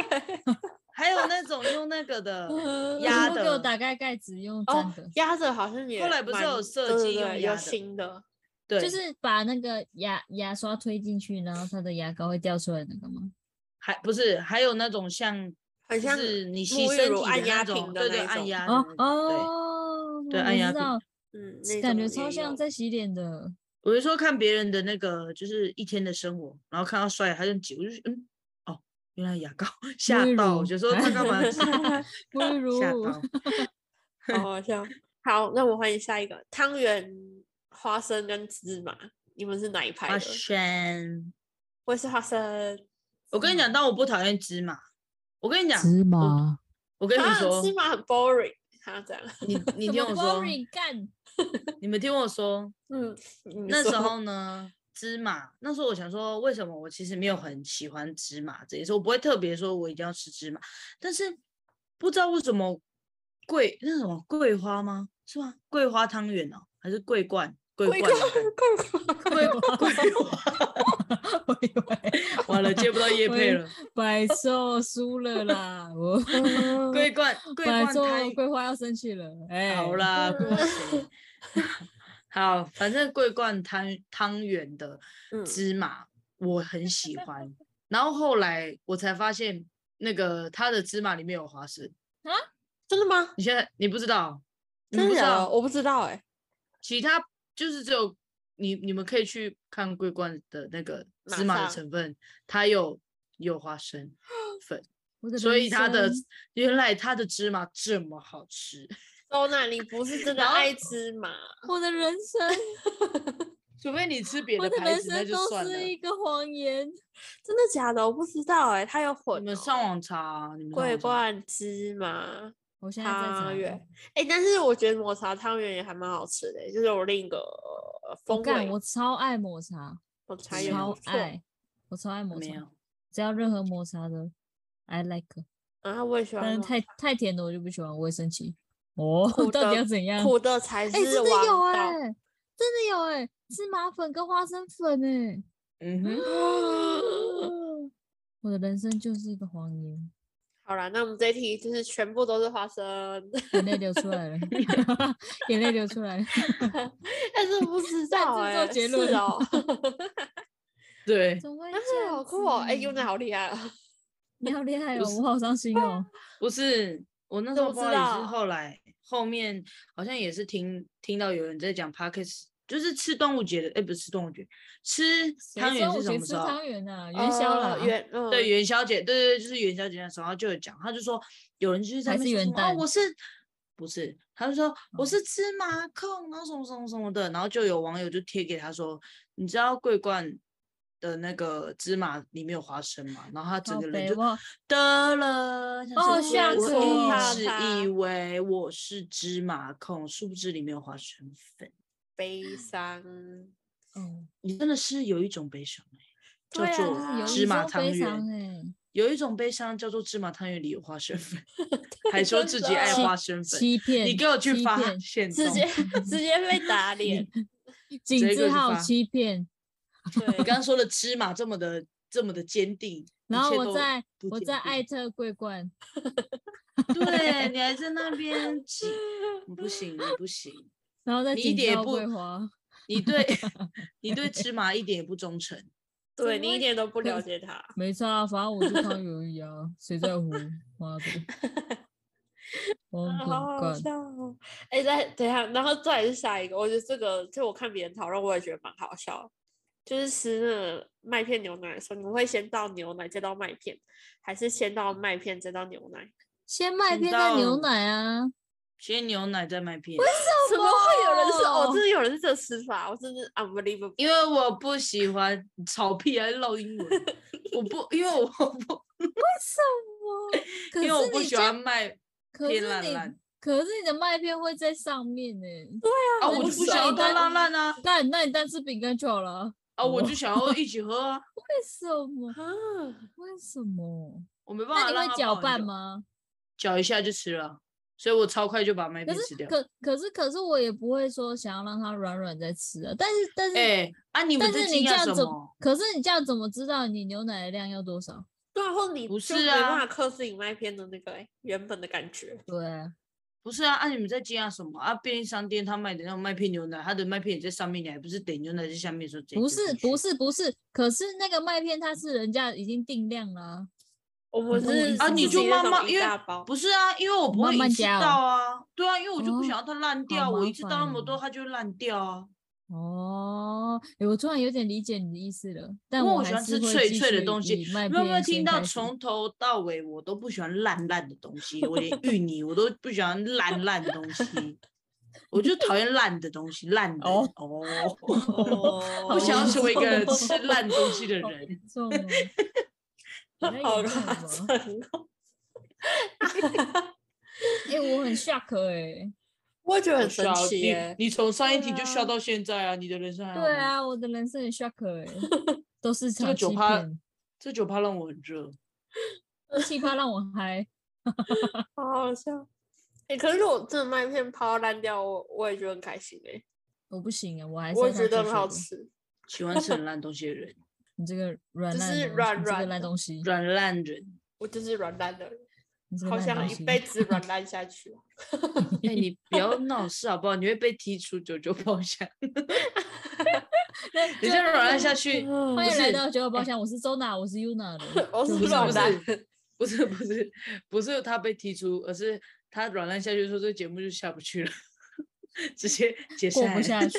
[SPEAKER 3] 还有那种用那个 的
[SPEAKER 2] 嗯
[SPEAKER 3] 呃
[SPEAKER 2] 全
[SPEAKER 3] 压
[SPEAKER 2] 部给我
[SPEAKER 3] 的，
[SPEAKER 2] 打开盖子用
[SPEAKER 1] 哦
[SPEAKER 2] 粘的，，
[SPEAKER 1] 压着好像也
[SPEAKER 3] 后来不是
[SPEAKER 1] 蛮
[SPEAKER 3] 有设
[SPEAKER 1] 对对
[SPEAKER 3] 计
[SPEAKER 1] 对
[SPEAKER 3] 用
[SPEAKER 1] 有
[SPEAKER 3] 压的
[SPEAKER 1] 新的，
[SPEAKER 3] 对，
[SPEAKER 2] 就是把那个牙牙刷推进去，然后它的牙膏会掉出来那个吗？
[SPEAKER 3] 还不是还有那种像
[SPEAKER 1] 很
[SPEAKER 3] 就
[SPEAKER 1] 像
[SPEAKER 3] 是你洗
[SPEAKER 1] 沐浴
[SPEAKER 3] 身
[SPEAKER 1] 乳
[SPEAKER 3] 体
[SPEAKER 1] 按
[SPEAKER 3] 的
[SPEAKER 1] 压
[SPEAKER 3] 那种，
[SPEAKER 1] 瓶的那
[SPEAKER 3] 对
[SPEAKER 1] 一
[SPEAKER 3] 啊对，按
[SPEAKER 1] 种
[SPEAKER 3] 压的
[SPEAKER 2] 哦
[SPEAKER 3] 那种
[SPEAKER 2] 哦，
[SPEAKER 3] 对
[SPEAKER 2] 我
[SPEAKER 3] 按压
[SPEAKER 2] 知
[SPEAKER 3] 柄
[SPEAKER 2] 道，
[SPEAKER 1] 嗯，那
[SPEAKER 2] 感
[SPEAKER 1] 种
[SPEAKER 2] 觉
[SPEAKER 1] 也
[SPEAKER 2] 超像
[SPEAKER 1] 有
[SPEAKER 2] 在洗脸 的。
[SPEAKER 3] 对，我就说看别人的那个就是一天的生活，然后看到摔，他就挤，我就觉得嗯，哦，原来牙膏 吓
[SPEAKER 2] 沐浴
[SPEAKER 3] 到，
[SPEAKER 2] 乳
[SPEAKER 3] 我就说他 干嘛挤
[SPEAKER 2] 沐浴乳
[SPEAKER 3] 吓到，
[SPEAKER 1] 好好笑。哦好，那我们欢迎下一个汤圆、花生跟芝麻，你们是哪一派
[SPEAKER 3] 花
[SPEAKER 1] 的？
[SPEAKER 3] 生。
[SPEAKER 1] 我也是花生。
[SPEAKER 3] 我跟你讲，但我不讨厌芝麻。我跟你讲，
[SPEAKER 2] 芝麻，
[SPEAKER 3] 我跟你
[SPEAKER 1] 啊，
[SPEAKER 3] 说，
[SPEAKER 1] 芝麻很 boring，他这样。
[SPEAKER 3] 你你
[SPEAKER 2] 怎
[SPEAKER 3] 听
[SPEAKER 2] 么
[SPEAKER 3] 我说，
[SPEAKER 2] boring 干，
[SPEAKER 3] 你们听我说，
[SPEAKER 1] 嗯，你
[SPEAKER 3] 那时
[SPEAKER 1] 说
[SPEAKER 3] 候 呢，芝麻，那时候我想说，为什么我其实没有很喜欢芝麻这件事，我不会特别说我一定要吃芝麻，但是不知道为什么桂那什么桂花吗？是吗？桂花汤圆哦，还是桂冠？桂
[SPEAKER 1] 桂
[SPEAKER 3] 冠
[SPEAKER 1] 冠
[SPEAKER 3] 的感
[SPEAKER 1] 桂冠
[SPEAKER 2] 桂花，
[SPEAKER 3] 桂花，
[SPEAKER 2] 我以为
[SPEAKER 3] 完了接不到叶
[SPEAKER 2] 我
[SPEAKER 3] 配
[SPEAKER 2] 以
[SPEAKER 3] 了。
[SPEAKER 2] 百兽输了啦，我
[SPEAKER 3] 桂冠， 桂
[SPEAKER 2] 百
[SPEAKER 3] 冠
[SPEAKER 2] 兽
[SPEAKER 3] 汤
[SPEAKER 2] 桂花要生气了，哎，
[SPEAKER 3] 好啦，不行 好，反正桂冠汤汤圆的
[SPEAKER 1] 嗯
[SPEAKER 3] 芝麻我很喜欢，然后后来我才发现那个它的芝麻里面有花生，
[SPEAKER 1] 真的吗？
[SPEAKER 3] 你现在你不知道，你们
[SPEAKER 1] 真
[SPEAKER 3] 不
[SPEAKER 1] 的
[SPEAKER 3] 知
[SPEAKER 1] 假的？
[SPEAKER 3] 道，
[SPEAKER 1] 我不知道哎，
[SPEAKER 3] 其他就是只有你你们可以去看桂冠的那个
[SPEAKER 1] 马
[SPEAKER 3] 芝麻的
[SPEAKER 1] 上
[SPEAKER 3] 成分，它有有花生粉，
[SPEAKER 2] 我的
[SPEAKER 3] 所
[SPEAKER 2] 人
[SPEAKER 3] 以它的
[SPEAKER 2] 生
[SPEAKER 3] 原来它的芝麻这么好吃。
[SPEAKER 1] 周娜，你不是真的
[SPEAKER 3] 然后
[SPEAKER 1] 爱芝麻，
[SPEAKER 2] 我的人生，
[SPEAKER 3] 除非你吃别
[SPEAKER 2] 我
[SPEAKER 3] 的
[SPEAKER 2] 的
[SPEAKER 3] 牌
[SPEAKER 2] 人
[SPEAKER 3] 子，那
[SPEAKER 2] 生
[SPEAKER 3] 就
[SPEAKER 2] 都
[SPEAKER 3] 算了。
[SPEAKER 2] 是一个谎言。
[SPEAKER 1] 真的假的？我不知道哎，它有混。
[SPEAKER 3] 你们上。网查啊，你们上
[SPEAKER 1] 桂
[SPEAKER 3] 网查
[SPEAKER 1] 冠芝麻
[SPEAKER 2] 我现在在查
[SPEAKER 1] 汤圆，哎、但是我觉得抹茶汤圆也还蛮好吃的、欸就是有另一个呃风
[SPEAKER 2] 我干，
[SPEAKER 1] 味。
[SPEAKER 2] 我超爱抹茶，
[SPEAKER 1] 抹茶也
[SPEAKER 2] 超
[SPEAKER 1] 不错，
[SPEAKER 2] 爱，我超爱抹
[SPEAKER 3] 没
[SPEAKER 2] 茶
[SPEAKER 3] 有，。
[SPEAKER 2] 只要任何抹茶的，I like。
[SPEAKER 1] 然后我也喜欢
[SPEAKER 2] 但是
[SPEAKER 1] 抹
[SPEAKER 2] 太太甜的我就不喜欢，我会生气。哦
[SPEAKER 1] 苦，
[SPEAKER 2] 到底
[SPEAKER 1] 的
[SPEAKER 2] 要怎样？
[SPEAKER 1] 苦的才是
[SPEAKER 2] 哎、真的
[SPEAKER 1] 王
[SPEAKER 2] 有
[SPEAKER 1] 道。
[SPEAKER 2] 哎、真的有哎、芝麻粉跟花生粉哎、
[SPEAKER 3] 嗯哼，
[SPEAKER 2] 嗯
[SPEAKER 1] 嗯
[SPEAKER 2] 我的人生就是一个谎言，
[SPEAKER 1] 好啦，那我们这一题就是全部都是花生，
[SPEAKER 2] 眼泪流出来了， 眼泪流出 来了。
[SPEAKER 1] 但是我不 知道
[SPEAKER 2] 擅自
[SPEAKER 1] 哎、
[SPEAKER 2] 做结论
[SPEAKER 1] 是 哦，
[SPEAKER 3] 对，
[SPEAKER 2] 怎么会这
[SPEAKER 1] 啊
[SPEAKER 2] 样
[SPEAKER 1] 好酷 哦！哎、
[SPEAKER 2] 子
[SPEAKER 1] 优娜好厉害啊！
[SPEAKER 2] 你好厉害
[SPEAKER 3] 不
[SPEAKER 2] 哦，我好伤心 哦。
[SPEAKER 3] 不是我那时
[SPEAKER 1] 都
[SPEAKER 3] 候
[SPEAKER 1] 不
[SPEAKER 3] 不
[SPEAKER 1] 知
[SPEAKER 3] 知道也
[SPEAKER 1] 道
[SPEAKER 3] 是后来后面好像也是听听到有人在讲 podcast，就是吃端午节的，哎，不是吃端午节，吃
[SPEAKER 2] 谁
[SPEAKER 3] 汤
[SPEAKER 2] 知
[SPEAKER 3] 圆
[SPEAKER 2] 道
[SPEAKER 3] 是
[SPEAKER 2] 我
[SPEAKER 3] 什
[SPEAKER 2] 谁
[SPEAKER 3] 么
[SPEAKER 2] 吃
[SPEAKER 3] 时候？
[SPEAKER 2] 汤圆呐，元宵啦，
[SPEAKER 1] 呃元、嗯、
[SPEAKER 3] 对，元宵节，对对对，就是元宵节的时候，他就有讲，他就说有人就是在
[SPEAKER 2] 还
[SPEAKER 3] 那
[SPEAKER 2] 是
[SPEAKER 3] 边说
[SPEAKER 2] 元
[SPEAKER 3] 什么哦，
[SPEAKER 2] 旦
[SPEAKER 3] 我是不是？他就说我
[SPEAKER 2] 哦
[SPEAKER 3] 是芝麻控，然后什么什么什么的，然后就有网友就贴给他说，你知道桂冠的那个芝麻里面有花生吗？然后他整
[SPEAKER 2] 靠
[SPEAKER 3] 个人
[SPEAKER 2] 北
[SPEAKER 3] 就
[SPEAKER 2] 我
[SPEAKER 3] 得了，想说
[SPEAKER 2] 哦好像
[SPEAKER 3] 我
[SPEAKER 2] 是
[SPEAKER 3] 一
[SPEAKER 1] 怕
[SPEAKER 3] 直
[SPEAKER 1] 它
[SPEAKER 3] 以为我是芝麻控，殊不知里面有花生粉。
[SPEAKER 1] 悲伤，
[SPEAKER 2] 哦，
[SPEAKER 3] 你真的是有一种悲伤、欸，
[SPEAKER 1] 对
[SPEAKER 3] 叫
[SPEAKER 1] 啊
[SPEAKER 3] 做
[SPEAKER 2] 就是有
[SPEAKER 3] 芝
[SPEAKER 2] 一
[SPEAKER 3] 麻
[SPEAKER 2] 种
[SPEAKER 3] 汤
[SPEAKER 2] 悲伤
[SPEAKER 3] 圆。
[SPEAKER 2] 哎，
[SPEAKER 3] 有一种悲伤叫做芝麻汤圆里有花生 粉，还说自己爱
[SPEAKER 1] 真的
[SPEAKER 3] 花生粉，
[SPEAKER 2] 欺骗，
[SPEAKER 3] 你给我去
[SPEAKER 2] 欺
[SPEAKER 3] 发
[SPEAKER 2] 骗
[SPEAKER 3] 现
[SPEAKER 1] 直
[SPEAKER 3] 动
[SPEAKER 1] 接直接被打 脸。
[SPEAKER 3] 直
[SPEAKER 2] 井
[SPEAKER 3] 接给
[SPEAKER 2] 字
[SPEAKER 3] 我去
[SPEAKER 2] 号
[SPEAKER 3] 发
[SPEAKER 2] 欺骗。
[SPEAKER 3] 你刚
[SPEAKER 1] 对，
[SPEAKER 3] 刚说的芝麻这么的这么的坚 定，
[SPEAKER 2] 然
[SPEAKER 3] 一
[SPEAKER 2] 后
[SPEAKER 3] 切
[SPEAKER 2] 我
[SPEAKER 3] 都
[SPEAKER 2] 在
[SPEAKER 3] 不
[SPEAKER 2] 我
[SPEAKER 3] 坚
[SPEAKER 2] 在
[SPEAKER 3] 定
[SPEAKER 2] 艾特桂冠，
[SPEAKER 3] 对你还在那边挤，你不行，你不行，
[SPEAKER 2] 然后再
[SPEAKER 3] 你一
[SPEAKER 2] 警
[SPEAKER 3] 点也
[SPEAKER 2] 告
[SPEAKER 3] 不
[SPEAKER 2] 桂花。
[SPEAKER 3] 你对 你对芝麻一点也不忠诚。
[SPEAKER 1] 对
[SPEAKER 2] 怎么
[SPEAKER 1] 你一
[SPEAKER 2] 会
[SPEAKER 1] 点都不了解他。
[SPEAKER 2] 没差啊，反正我就汤圆而已啊，谁在乎？妈的 ！Oh
[SPEAKER 3] 嗯
[SPEAKER 1] 啊好
[SPEAKER 2] my
[SPEAKER 1] 好
[SPEAKER 2] god！
[SPEAKER 1] 笑哦！哎、再等一下，然后再来是下一个，我觉得这个就我看别人讨论，我也觉得蛮好笑的。就是吃那个麦片牛奶的时候，你们会先倒牛奶再倒麦片，还是先倒麦片再倒牛奶？
[SPEAKER 2] 先麦
[SPEAKER 3] 先
[SPEAKER 2] 片再牛
[SPEAKER 3] 到
[SPEAKER 2] 奶啊！
[SPEAKER 3] 先牛奶再麦片，
[SPEAKER 1] 怎么会有人是？哦，
[SPEAKER 2] 哦
[SPEAKER 1] 真的有人是这个吃法，我真是 unbelievable。
[SPEAKER 3] 因为我不喜欢炒屁还唠英 文，我不，因为我不，
[SPEAKER 2] 什么？
[SPEAKER 3] 因为我不
[SPEAKER 2] 可是你
[SPEAKER 3] 喜
[SPEAKER 2] 这样
[SPEAKER 3] 欢麦
[SPEAKER 2] 可
[SPEAKER 3] 偏
[SPEAKER 2] 是
[SPEAKER 3] 烂
[SPEAKER 2] 你
[SPEAKER 3] 烂
[SPEAKER 2] 可是你的麦片会在上面呢、
[SPEAKER 3] 啊，
[SPEAKER 2] 那
[SPEAKER 3] 我
[SPEAKER 2] 你
[SPEAKER 3] 就不
[SPEAKER 2] 少
[SPEAKER 3] 想要
[SPEAKER 2] 一
[SPEAKER 3] 当
[SPEAKER 2] 袋
[SPEAKER 3] 烂烂啊，
[SPEAKER 2] 那那你单吃饼干就好了啊。
[SPEAKER 3] 啊，我
[SPEAKER 2] 哦
[SPEAKER 3] 就想要一起喝啊，
[SPEAKER 2] 为什么？
[SPEAKER 1] 啊，
[SPEAKER 2] 为什么？
[SPEAKER 3] 我没办
[SPEAKER 2] 那
[SPEAKER 3] 法
[SPEAKER 2] 你
[SPEAKER 3] 让
[SPEAKER 2] 会
[SPEAKER 3] 它泡
[SPEAKER 2] 搅
[SPEAKER 3] 很
[SPEAKER 2] 拌
[SPEAKER 3] 久？
[SPEAKER 2] 吗？
[SPEAKER 3] 搅一下就吃了，所以我超快就把麦
[SPEAKER 2] 可
[SPEAKER 3] 片吃
[SPEAKER 2] 是
[SPEAKER 3] 掉。
[SPEAKER 2] 可可是可是我也不会说想要让它软软再吃啊。但是但是、
[SPEAKER 3] 哎，啊，你们
[SPEAKER 2] 但
[SPEAKER 3] 在
[SPEAKER 2] 是你
[SPEAKER 3] 惊
[SPEAKER 2] 这
[SPEAKER 3] 讶
[SPEAKER 2] 样
[SPEAKER 3] 什
[SPEAKER 2] 怎
[SPEAKER 3] 么？？
[SPEAKER 2] 可是你这样怎么知道你牛奶的量要多少？
[SPEAKER 1] 对啊，或你
[SPEAKER 3] 不
[SPEAKER 1] 就是没
[SPEAKER 3] 啊
[SPEAKER 1] 办法克制你麦片的那个、欸、原本的感觉。
[SPEAKER 2] 对啊，
[SPEAKER 3] 不是啊，啊，你们在惊讶什么啊？便利商店他卖的那种麦片牛奶，它的麦片也在上面，你还不是点牛奶在下面的时候直接
[SPEAKER 2] 不
[SPEAKER 3] 丢进
[SPEAKER 2] 是不
[SPEAKER 3] 去
[SPEAKER 2] 是不是，可是那个麦片它是人家已经定量了啊、
[SPEAKER 1] 我们
[SPEAKER 2] 你懂我意
[SPEAKER 1] 是
[SPEAKER 2] 思
[SPEAKER 3] 啊？
[SPEAKER 2] 是
[SPEAKER 3] 你
[SPEAKER 1] 自己
[SPEAKER 3] 就
[SPEAKER 1] 那
[SPEAKER 3] 慢
[SPEAKER 1] 种
[SPEAKER 3] 慢，
[SPEAKER 1] 一
[SPEAKER 3] 因为
[SPEAKER 1] 大包，
[SPEAKER 3] 不是啊，因为我不
[SPEAKER 2] 慢
[SPEAKER 3] 会
[SPEAKER 2] 慢
[SPEAKER 3] 一次
[SPEAKER 2] 加哦
[SPEAKER 3] 倒啊，对啊，因为我就不想
[SPEAKER 2] 哦
[SPEAKER 3] 要它烂掉，
[SPEAKER 2] 好
[SPEAKER 3] 我
[SPEAKER 2] 麻
[SPEAKER 3] 一次倒那么
[SPEAKER 2] 烦
[SPEAKER 3] 多，
[SPEAKER 2] 哦
[SPEAKER 3] 它就会烂掉啊。
[SPEAKER 2] 哦，诶我突然有点理解你的意思了，但
[SPEAKER 3] 因为
[SPEAKER 2] 我
[SPEAKER 3] 我喜
[SPEAKER 2] 还
[SPEAKER 3] 欢
[SPEAKER 2] 是
[SPEAKER 3] 吃
[SPEAKER 2] 会
[SPEAKER 3] 脆
[SPEAKER 2] 继
[SPEAKER 3] 脆的
[SPEAKER 2] 续
[SPEAKER 3] 东西
[SPEAKER 2] 以麦
[SPEAKER 3] 你们有没有
[SPEAKER 2] 片
[SPEAKER 3] 听
[SPEAKER 2] 先
[SPEAKER 3] 到
[SPEAKER 2] 开始
[SPEAKER 3] 从头到尾我都不喜欢烂烂的东 西，我连芋泥我都不喜欢烂烂的东西，我就讨厌烂的东西，烂的
[SPEAKER 2] 哦
[SPEAKER 3] 哦，
[SPEAKER 1] 哦，
[SPEAKER 3] 不想要成为一个
[SPEAKER 2] 哦
[SPEAKER 3] 吃烂东西的
[SPEAKER 2] 好
[SPEAKER 3] 人。
[SPEAKER 2] 严 重哦你在
[SPEAKER 1] 好
[SPEAKER 2] 严重
[SPEAKER 1] 夸
[SPEAKER 2] 什
[SPEAKER 1] 张
[SPEAKER 2] 么？
[SPEAKER 1] 哦！
[SPEAKER 2] 哎、我很 shock 哎、
[SPEAKER 1] 我也觉得
[SPEAKER 3] 我
[SPEAKER 1] 很神
[SPEAKER 3] 笑
[SPEAKER 1] 奇耶、
[SPEAKER 3] 你你从上一题就
[SPEAKER 2] 对
[SPEAKER 3] 笑
[SPEAKER 2] 啊
[SPEAKER 3] 到现在啊，你的人生还好
[SPEAKER 2] 对
[SPEAKER 1] 嗯
[SPEAKER 3] 吗，
[SPEAKER 2] 啊，我的人生很 shock 哎、都是
[SPEAKER 3] 这个
[SPEAKER 2] 场欺
[SPEAKER 3] 酒趴
[SPEAKER 2] 骗，
[SPEAKER 3] 这酒趴让我很热。
[SPEAKER 2] 奇葩让我嗨。
[SPEAKER 1] 好好笑。哎、可是如果真的麦片泡到烂掉，我我也觉得很开心哎、
[SPEAKER 2] 我不行啊，我还是
[SPEAKER 1] 我
[SPEAKER 2] 要
[SPEAKER 1] 也觉
[SPEAKER 2] 当
[SPEAKER 1] 得
[SPEAKER 2] 小
[SPEAKER 1] 很好
[SPEAKER 2] 水果。
[SPEAKER 1] 吃。
[SPEAKER 3] 喜欢吃很烂东西的人，
[SPEAKER 2] 你这个软
[SPEAKER 1] 就
[SPEAKER 2] 烂
[SPEAKER 1] 是
[SPEAKER 2] 的东西，
[SPEAKER 1] 软
[SPEAKER 2] 你
[SPEAKER 1] 软
[SPEAKER 2] 这个
[SPEAKER 1] 的
[SPEAKER 2] 烂
[SPEAKER 3] 软
[SPEAKER 2] 东西，
[SPEAKER 3] 烂人。
[SPEAKER 1] 我就是软烂的人，
[SPEAKER 2] 你这个
[SPEAKER 1] 好
[SPEAKER 2] 烂
[SPEAKER 1] 想
[SPEAKER 2] 东
[SPEAKER 1] 一
[SPEAKER 2] 西。
[SPEAKER 1] 辈子软烂下去哦。
[SPEAKER 3] 哎、你不要闹事好不好？你会被踢出九九包厢。 你
[SPEAKER 2] 就
[SPEAKER 3] 再软烂下去，
[SPEAKER 2] 欢
[SPEAKER 1] 嗯
[SPEAKER 3] 不
[SPEAKER 2] 迎来
[SPEAKER 3] 是
[SPEAKER 2] 到九九包厢，我是周娜，我是 Yuna 的，
[SPEAKER 1] 我
[SPEAKER 2] 就是这
[SPEAKER 1] 软
[SPEAKER 2] 样
[SPEAKER 1] 烂，
[SPEAKER 3] 不是不是不是他被踢出，而是他软烂下去说这个节目就下不去了， 直接解
[SPEAKER 2] 过
[SPEAKER 3] 散。
[SPEAKER 2] 不下去，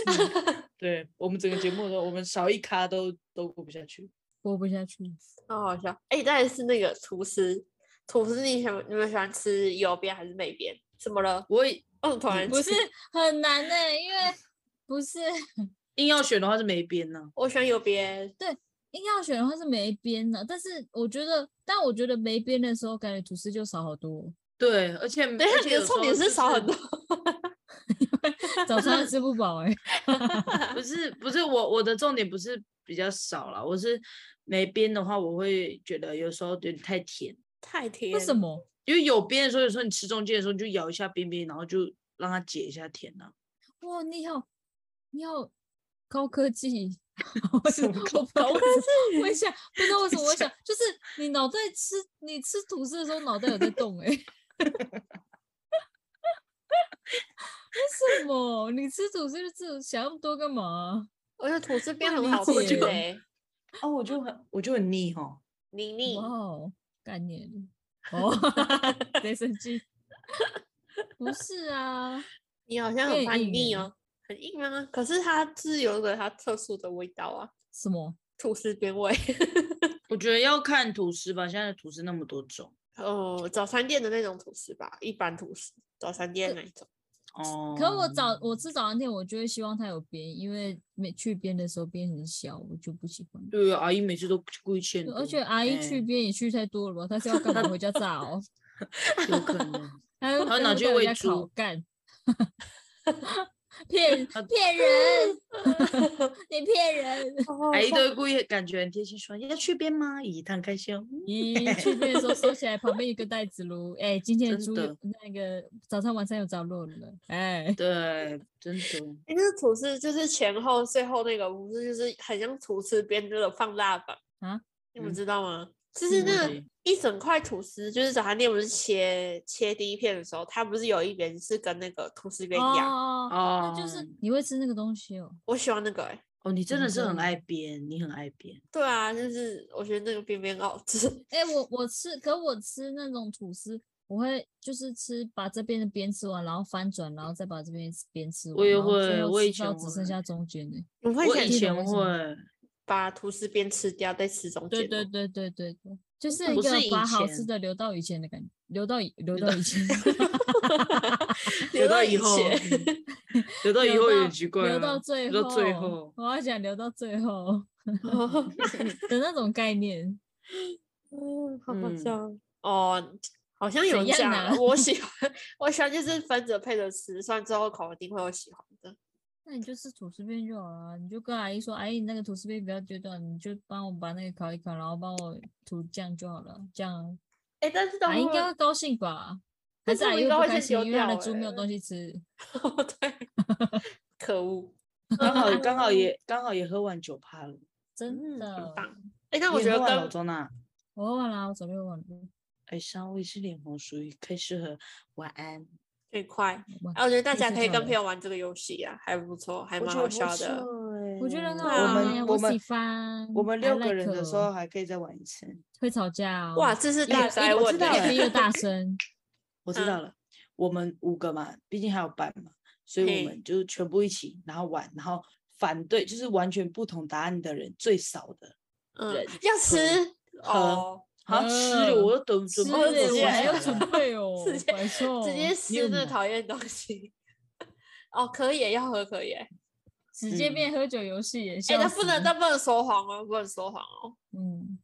[SPEAKER 3] 对我们整个节目都，我们少一咖都都过不下去。
[SPEAKER 2] 过不 下去。
[SPEAKER 1] 好好笑。哎、再来是那个吐司，吐司你喜欢你们喜欢吃油边还是美边？怎么了？
[SPEAKER 3] 我也
[SPEAKER 1] 哦，突然
[SPEAKER 2] 不是很难呢、因为不是
[SPEAKER 3] 硬要选的话是没边呢、
[SPEAKER 1] 我喜欢油边，
[SPEAKER 2] 硬要选的话是没边啊的，但是我觉得，但我觉得没边的时候，感觉吐司就少好多。
[SPEAKER 3] 对，而且
[SPEAKER 1] 等一
[SPEAKER 3] 而
[SPEAKER 1] 下你
[SPEAKER 3] 且
[SPEAKER 1] 的
[SPEAKER 3] 有时
[SPEAKER 1] 重
[SPEAKER 3] 候
[SPEAKER 1] 点
[SPEAKER 3] 就是
[SPEAKER 1] 少很多。
[SPEAKER 2] 早餐吃不饱 哎、
[SPEAKER 3] 不是不是我我的重点不是比较少了，我是没边的话，我会觉得有时候有点太甜，
[SPEAKER 1] 太甜，
[SPEAKER 2] 为什？么？
[SPEAKER 3] 因为有边的时候，有时候你吃中间的时候，你就咬一下边边，然后就让它解一下甜啊。
[SPEAKER 2] 哇，你好，你好高科技。
[SPEAKER 3] 什么
[SPEAKER 2] 我
[SPEAKER 3] 高
[SPEAKER 2] 我
[SPEAKER 3] 科
[SPEAKER 2] 技，我一想不知道为什么我
[SPEAKER 3] 一下
[SPEAKER 2] 想，就是你脑袋吃你吃吐司的时候脑袋有在动 哎、为什么你吃吐司就是想那么多干嘛啊、
[SPEAKER 1] 我觉得吐司边
[SPEAKER 2] 不
[SPEAKER 1] 很
[SPEAKER 2] 理
[SPEAKER 1] 好
[SPEAKER 2] 解
[SPEAKER 1] 吃
[SPEAKER 3] 我
[SPEAKER 1] 哎、
[SPEAKER 3] 哦，我就很我就很腻哦。
[SPEAKER 1] 泥泞
[SPEAKER 2] 哇。哦，概念 哦，贼生气。 不是啊，
[SPEAKER 1] 你好像很
[SPEAKER 2] 变
[SPEAKER 1] 叛
[SPEAKER 2] 硬
[SPEAKER 1] 逆
[SPEAKER 2] 欸
[SPEAKER 1] 哦，很硬啊。可是它是有一个它特殊的味道啊，
[SPEAKER 2] 什么？
[SPEAKER 1] 吐司边味。
[SPEAKER 3] 我觉得要看吐司吧，现在的吐司那么多种
[SPEAKER 1] 哦，早餐店的那种吐司吧，一般吐司，早餐店那一种。
[SPEAKER 3] 哦。
[SPEAKER 2] 可我早我吃早餐店，我就会希望它有边，因为每去边的时候边很小，我就不喜欢。
[SPEAKER 3] 对啊阿姨每次都故意欠
[SPEAKER 2] 对
[SPEAKER 3] 多，
[SPEAKER 2] 而且阿姨
[SPEAKER 3] 哎
[SPEAKER 2] 去边也去太多了吧？她是要干嘛？回家炸哦？
[SPEAKER 3] 有可能
[SPEAKER 2] 她要
[SPEAKER 3] 她拿去
[SPEAKER 2] 带回
[SPEAKER 3] 喂
[SPEAKER 2] 家
[SPEAKER 3] 猪
[SPEAKER 2] 烤干？
[SPEAKER 4] 骗
[SPEAKER 3] 啊
[SPEAKER 4] 骗人， 你骗人。
[SPEAKER 2] 哦
[SPEAKER 1] 哎
[SPEAKER 3] 还一堆故意感觉很贴心说要去边吗？以汤开哦销。
[SPEAKER 2] 咦，去那的时候收起来，旁边有个袋子炉。哎、今天的
[SPEAKER 3] 真
[SPEAKER 2] 猪
[SPEAKER 3] 的
[SPEAKER 2] 有那个早餐晚餐有着落了。哎、
[SPEAKER 3] 对，真 的。
[SPEAKER 1] 哎、那个吐司就是前后最后那个不是就是很像吐司边那个放大版
[SPEAKER 2] 啊？
[SPEAKER 1] 你们
[SPEAKER 3] 嗯
[SPEAKER 1] 知道吗？就是
[SPEAKER 2] 嗯
[SPEAKER 1] 那
[SPEAKER 3] 对
[SPEAKER 1] 一整块吐司，就是早餐店不是切切第一片的时候，它不是有一边是跟那个吐司边一样？
[SPEAKER 2] 哦，
[SPEAKER 3] 哦
[SPEAKER 2] 那就是你会吃那个东西哦。
[SPEAKER 1] 我喜欢那个、欸，
[SPEAKER 3] 哦，你真的是
[SPEAKER 2] 真
[SPEAKER 3] 很
[SPEAKER 2] 的
[SPEAKER 3] 爱编，你很爱编。
[SPEAKER 1] 对啊，就是我觉得那个边边好吃。
[SPEAKER 2] 哎、我我吃，可我吃那种吐司，我会就是吃把这边的边吃完，然后翻转，然后再把这边边吃完。
[SPEAKER 3] 我也
[SPEAKER 2] 然后最
[SPEAKER 3] 会
[SPEAKER 2] 后
[SPEAKER 3] 我以
[SPEAKER 2] 吃到
[SPEAKER 3] 前
[SPEAKER 2] 只剩
[SPEAKER 3] 会
[SPEAKER 2] 下中间的。
[SPEAKER 1] 你会
[SPEAKER 3] 我
[SPEAKER 1] 想
[SPEAKER 3] 以
[SPEAKER 2] 记得
[SPEAKER 3] 前
[SPEAKER 2] 为什
[SPEAKER 3] 会
[SPEAKER 2] 么，
[SPEAKER 1] 把吐司边吃掉，再吃中间
[SPEAKER 2] 对
[SPEAKER 1] 吗？
[SPEAKER 2] 对对对对对，就是一
[SPEAKER 3] 不
[SPEAKER 2] 个
[SPEAKER 3] 是以
[SPEAKER 2] 把好吃
[SPEAKER 3] 前
[SPEAKER 2] 的留到以前的感觉，留到以留
[SPEAKER 3] 留
[SPEAKER 2] 到
[SPEAKER 3] 到
[SPEAKER 2] 以前，
[SPEAKER 1] 留
[SPEAKER 3] 留
[SPEAKER 1] 到
[SPEAKER 3] 到
[SPEAKER 1] 以
[SPEAKER 3] 以后
[SPEAKER 1] 前，
[SPEAKER 3] 嗯留到以后也奇怪
[SPEAKER 2] 留到
[SPEAKER 3] 啊。
[SPEAKER 2] 最后，
[SPEAKER 3] 留到最后
[SPEAKER 2] 我要讲留到最后
[SPEAKER 1] 哦
[SPEAKER 2] 的那种概念。
[SPEAKER 1] 嗯，好好
[SPEAKER 3] 嗯
[SPEAKER 1] 笑 哦哦，好像有
[SPEAKER 2] 怎
[SPEAKER 1] 这
[SPEAKER 2] 样
[SPEAKER 1] 样
[SPEAKER 2] 啊
[SPEAKER 1] 啊。我 喜欢，我喜欢就是分着配着吃，虽然之后口一定会有喜欢的。
[SPEAKER 2] 那你就吃吐司片就好了，你就跟阿姨说，阿姨你那个吐司片不要丢掉，你就帮我把那个烤一烤，然后帮我涂酱就好了，这样
[SPEAKER 1] 哎、但是
[SPEAKER 2] 阿
[SPEAKER 1] 到
[SPEAKER 2] 啊姨应该
[SPEAKER 1] 后
[SPEAKER 2] 会高兴吧？还
[SPEAKER 1] 但
[SPEAKER 2] 是
[SPEAKER 1] 是
[SPEAKER 2] 阿
[SPEAKER 1] 我
[SPEAKER 2] 姨
[SPEAKER 1] 应
[SPEAKER 2] 会
[SPEAKER 1] 该
[SPEAKER 2] 不
[SPEAKER 1] 会
[SPEAKER 2] 开
[SPEAKER 1] 先
[SPEAKER 2] 心，
[SPEAKER 1] 丢
[SPEAKER 2] 因为她的
[SPEAKER 1] 掉
[SPEAKER 2] 猪没有
[SPEAKER 1] 欸
[SPEAKER 2] 东西吃。
[SPEAKER 1] 哦对， 可恶，
[SPEAKER 3] 刚好刚好也刚好也喝完酒趴了。
[SPEAKER 2] 真
[SPEAKER 1] 嗯，很
[SPEAKER 2] 的，
[SPEAKER 1] 棒。哎、那
[SPEAKER 3] 你
[SPEAKER 1] 我
[SPEAKER 3] 也
[SPEAKER 1] 觉
[SPEAKER 3] 喝
[SPEAKER 1] 得
[SPEAKER 3] 完老
[SPEAKER 1] 跟
[SPEAKER 3] 周娜，
[SPEAKER 2] 我喝完了，啊我早就喝完了。
[SPEAKER 3] 哎，香味是脸红，属于可以适合晚安。
[SPEAKER 1] 最快，
[SPEAKER 2] 哇
[SPEAKER 1] 哎、我觉得大
[SPEAKER 2] 可以
[SPEAKER 1] 家
[SPEAKER 2] 睡
[SPEAKER 1] 可以
[SPEAKER 2] 觉
[SPEAKER 1] 跟
[SPEAKER 2] 了
[SPEAKER 1] 朋友玩这个游戏啊，还不错，还
[SPEAKER 3] 我
[SPEAKER 1] 蛮
[SPEAKER 3] 觉
[SPEAKER 1] 好
[SPEAKER 3] 得不
[SPEAKER 1] 笑
[SPEAKER 3] 错
[SPEAKER 1] 的。
[SPEAKER 2] 我觉得很
[SPEAKER 3] 欸
[SPEAKER 2] 好
[SPEAKER 3] 我
[SPEAKER 1] 玩
[SPEAKER 3] 们
[SPEAKER 2] 我
[SPEAKER 3] 我
[SPEAKER 2] 喜
[SPEAKER 3] 们
[SPEAKER 2] 欢
[SPEAKER 3] 我们
[SPEAKER 2] I
[SPEAKER 3] 六个
[SPEAKER 2] like
[SPEAKER 3] 人的时候
[SPEAKER 2] her
[SPEAKER 3] 还可以再玩一次。
[SPEAKER 2] 会吵架哦。
[SPEAKER 1] 哇，这是
[SPEAKER 3] 因为
[SPEAKER 1] 大灾
[SPEAKER 3] 我
[SPEAKER 1] 问欸
[SPEAKER 3] 知
[SPEAKER 1] 的、
[SPEAKER 3] 道啊
[SPEAKER 2] 越
[SPEAKER 3] 了
[SPEAKER 2] 逼越 大声。
[SPEAKER 3] 我知
[SPEAKER 1] 嗯
[SPEAKER 3] 道了，我们五个嘛，毕竟还有班嘛，所以
[SPEAKER 1] 嘿
[SPEAKER 3] 我们就全部一起，然后玩，然后反对就是完全不同答案的人最少的。
[SPEAKER 1] 嗯
[SPEAKER 3] 人，
[SPEAKER 1] 要吃哦，
[SPEAKER 3] 好像吃了，我又准
[SPEAKER 2] 是
[SPEAKER 3] 准备了
[SPEAKER 1] 嘞
[SPEAKER 3] 走
[SPEAKER 1] 我
[SPEAKER 3] 下
[SPEAKER 1] 还
[SPEAKER 3] 来
[SPEAKER 1] 要
[SPEAKER 3] 了
[SPEAKER 1] 准
[SPEAKER 2] 备哦
[SPEAKER 1] 直接
[SPEAKER 2] 白臭
[SPEAKER 1] 直接吃那
[SPEAKER 3] 有
[SPEAKER 1] 讨厌的东西。 哦，可以耶，要喝可以耶。
[SPEAKER 2] 直接
[SPEAKER 3] 嗯
[SPEAKER 2] 变喝酒游戏耶，
[SPEAKER 1] 哎、
[SPEAKER 2] 笑
[SPEAKER 1] 那不能，
[SPEAKER 2] 死
[SPEAKER 1] 那不能说谎哦，不能说谎哦。
[SPEAKER 2] 嗯，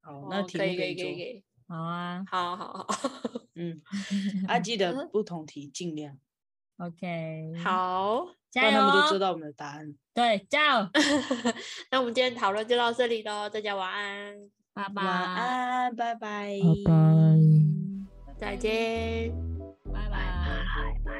[SPEAKER 3] 好
[SPEAKER 1] 哦，
[SPEAKER 3] 那题目
[SPEAKER 1] 可以，可
[SPEAKER 3] 给
[SPEAKER 1] 以，
[SPEAKER 3] 你
[SPEAKER 1] 可以，可
[SPEAKER 3] 做。
[SPEAKER 1] 以。
[SPEAKER 2] 好 啊
[SPEAKER 1] 好好好，
[SPEAKER 3] 嗯，啊，记得不同题尽量，
[SPEAKER 2] ，OK，，
[SPEAKER 3] 嗯
[SPEAKER 1] 好，
[SPEAKER 3] 让
[SPEAKER 2] 加油
[SPEAKER 3] 他们都知
[SPEAKER 2] 哦，
[SPEAKER 3] 道我们的答案。
[SPEAKER 2] 对，加油，
[SPEAKER 1] 那我们今天讨论就到这里喽，大家晚安，
[SPEAKER 2] 拜拜，
[SPEAKER 3] 晚安，拜拜，
[SPEAKER 2] 拜拜
[SPEAKER 1] 再见。
[SPEAKER 2] 拜拜。
[SPEAKER 3] 拜拜。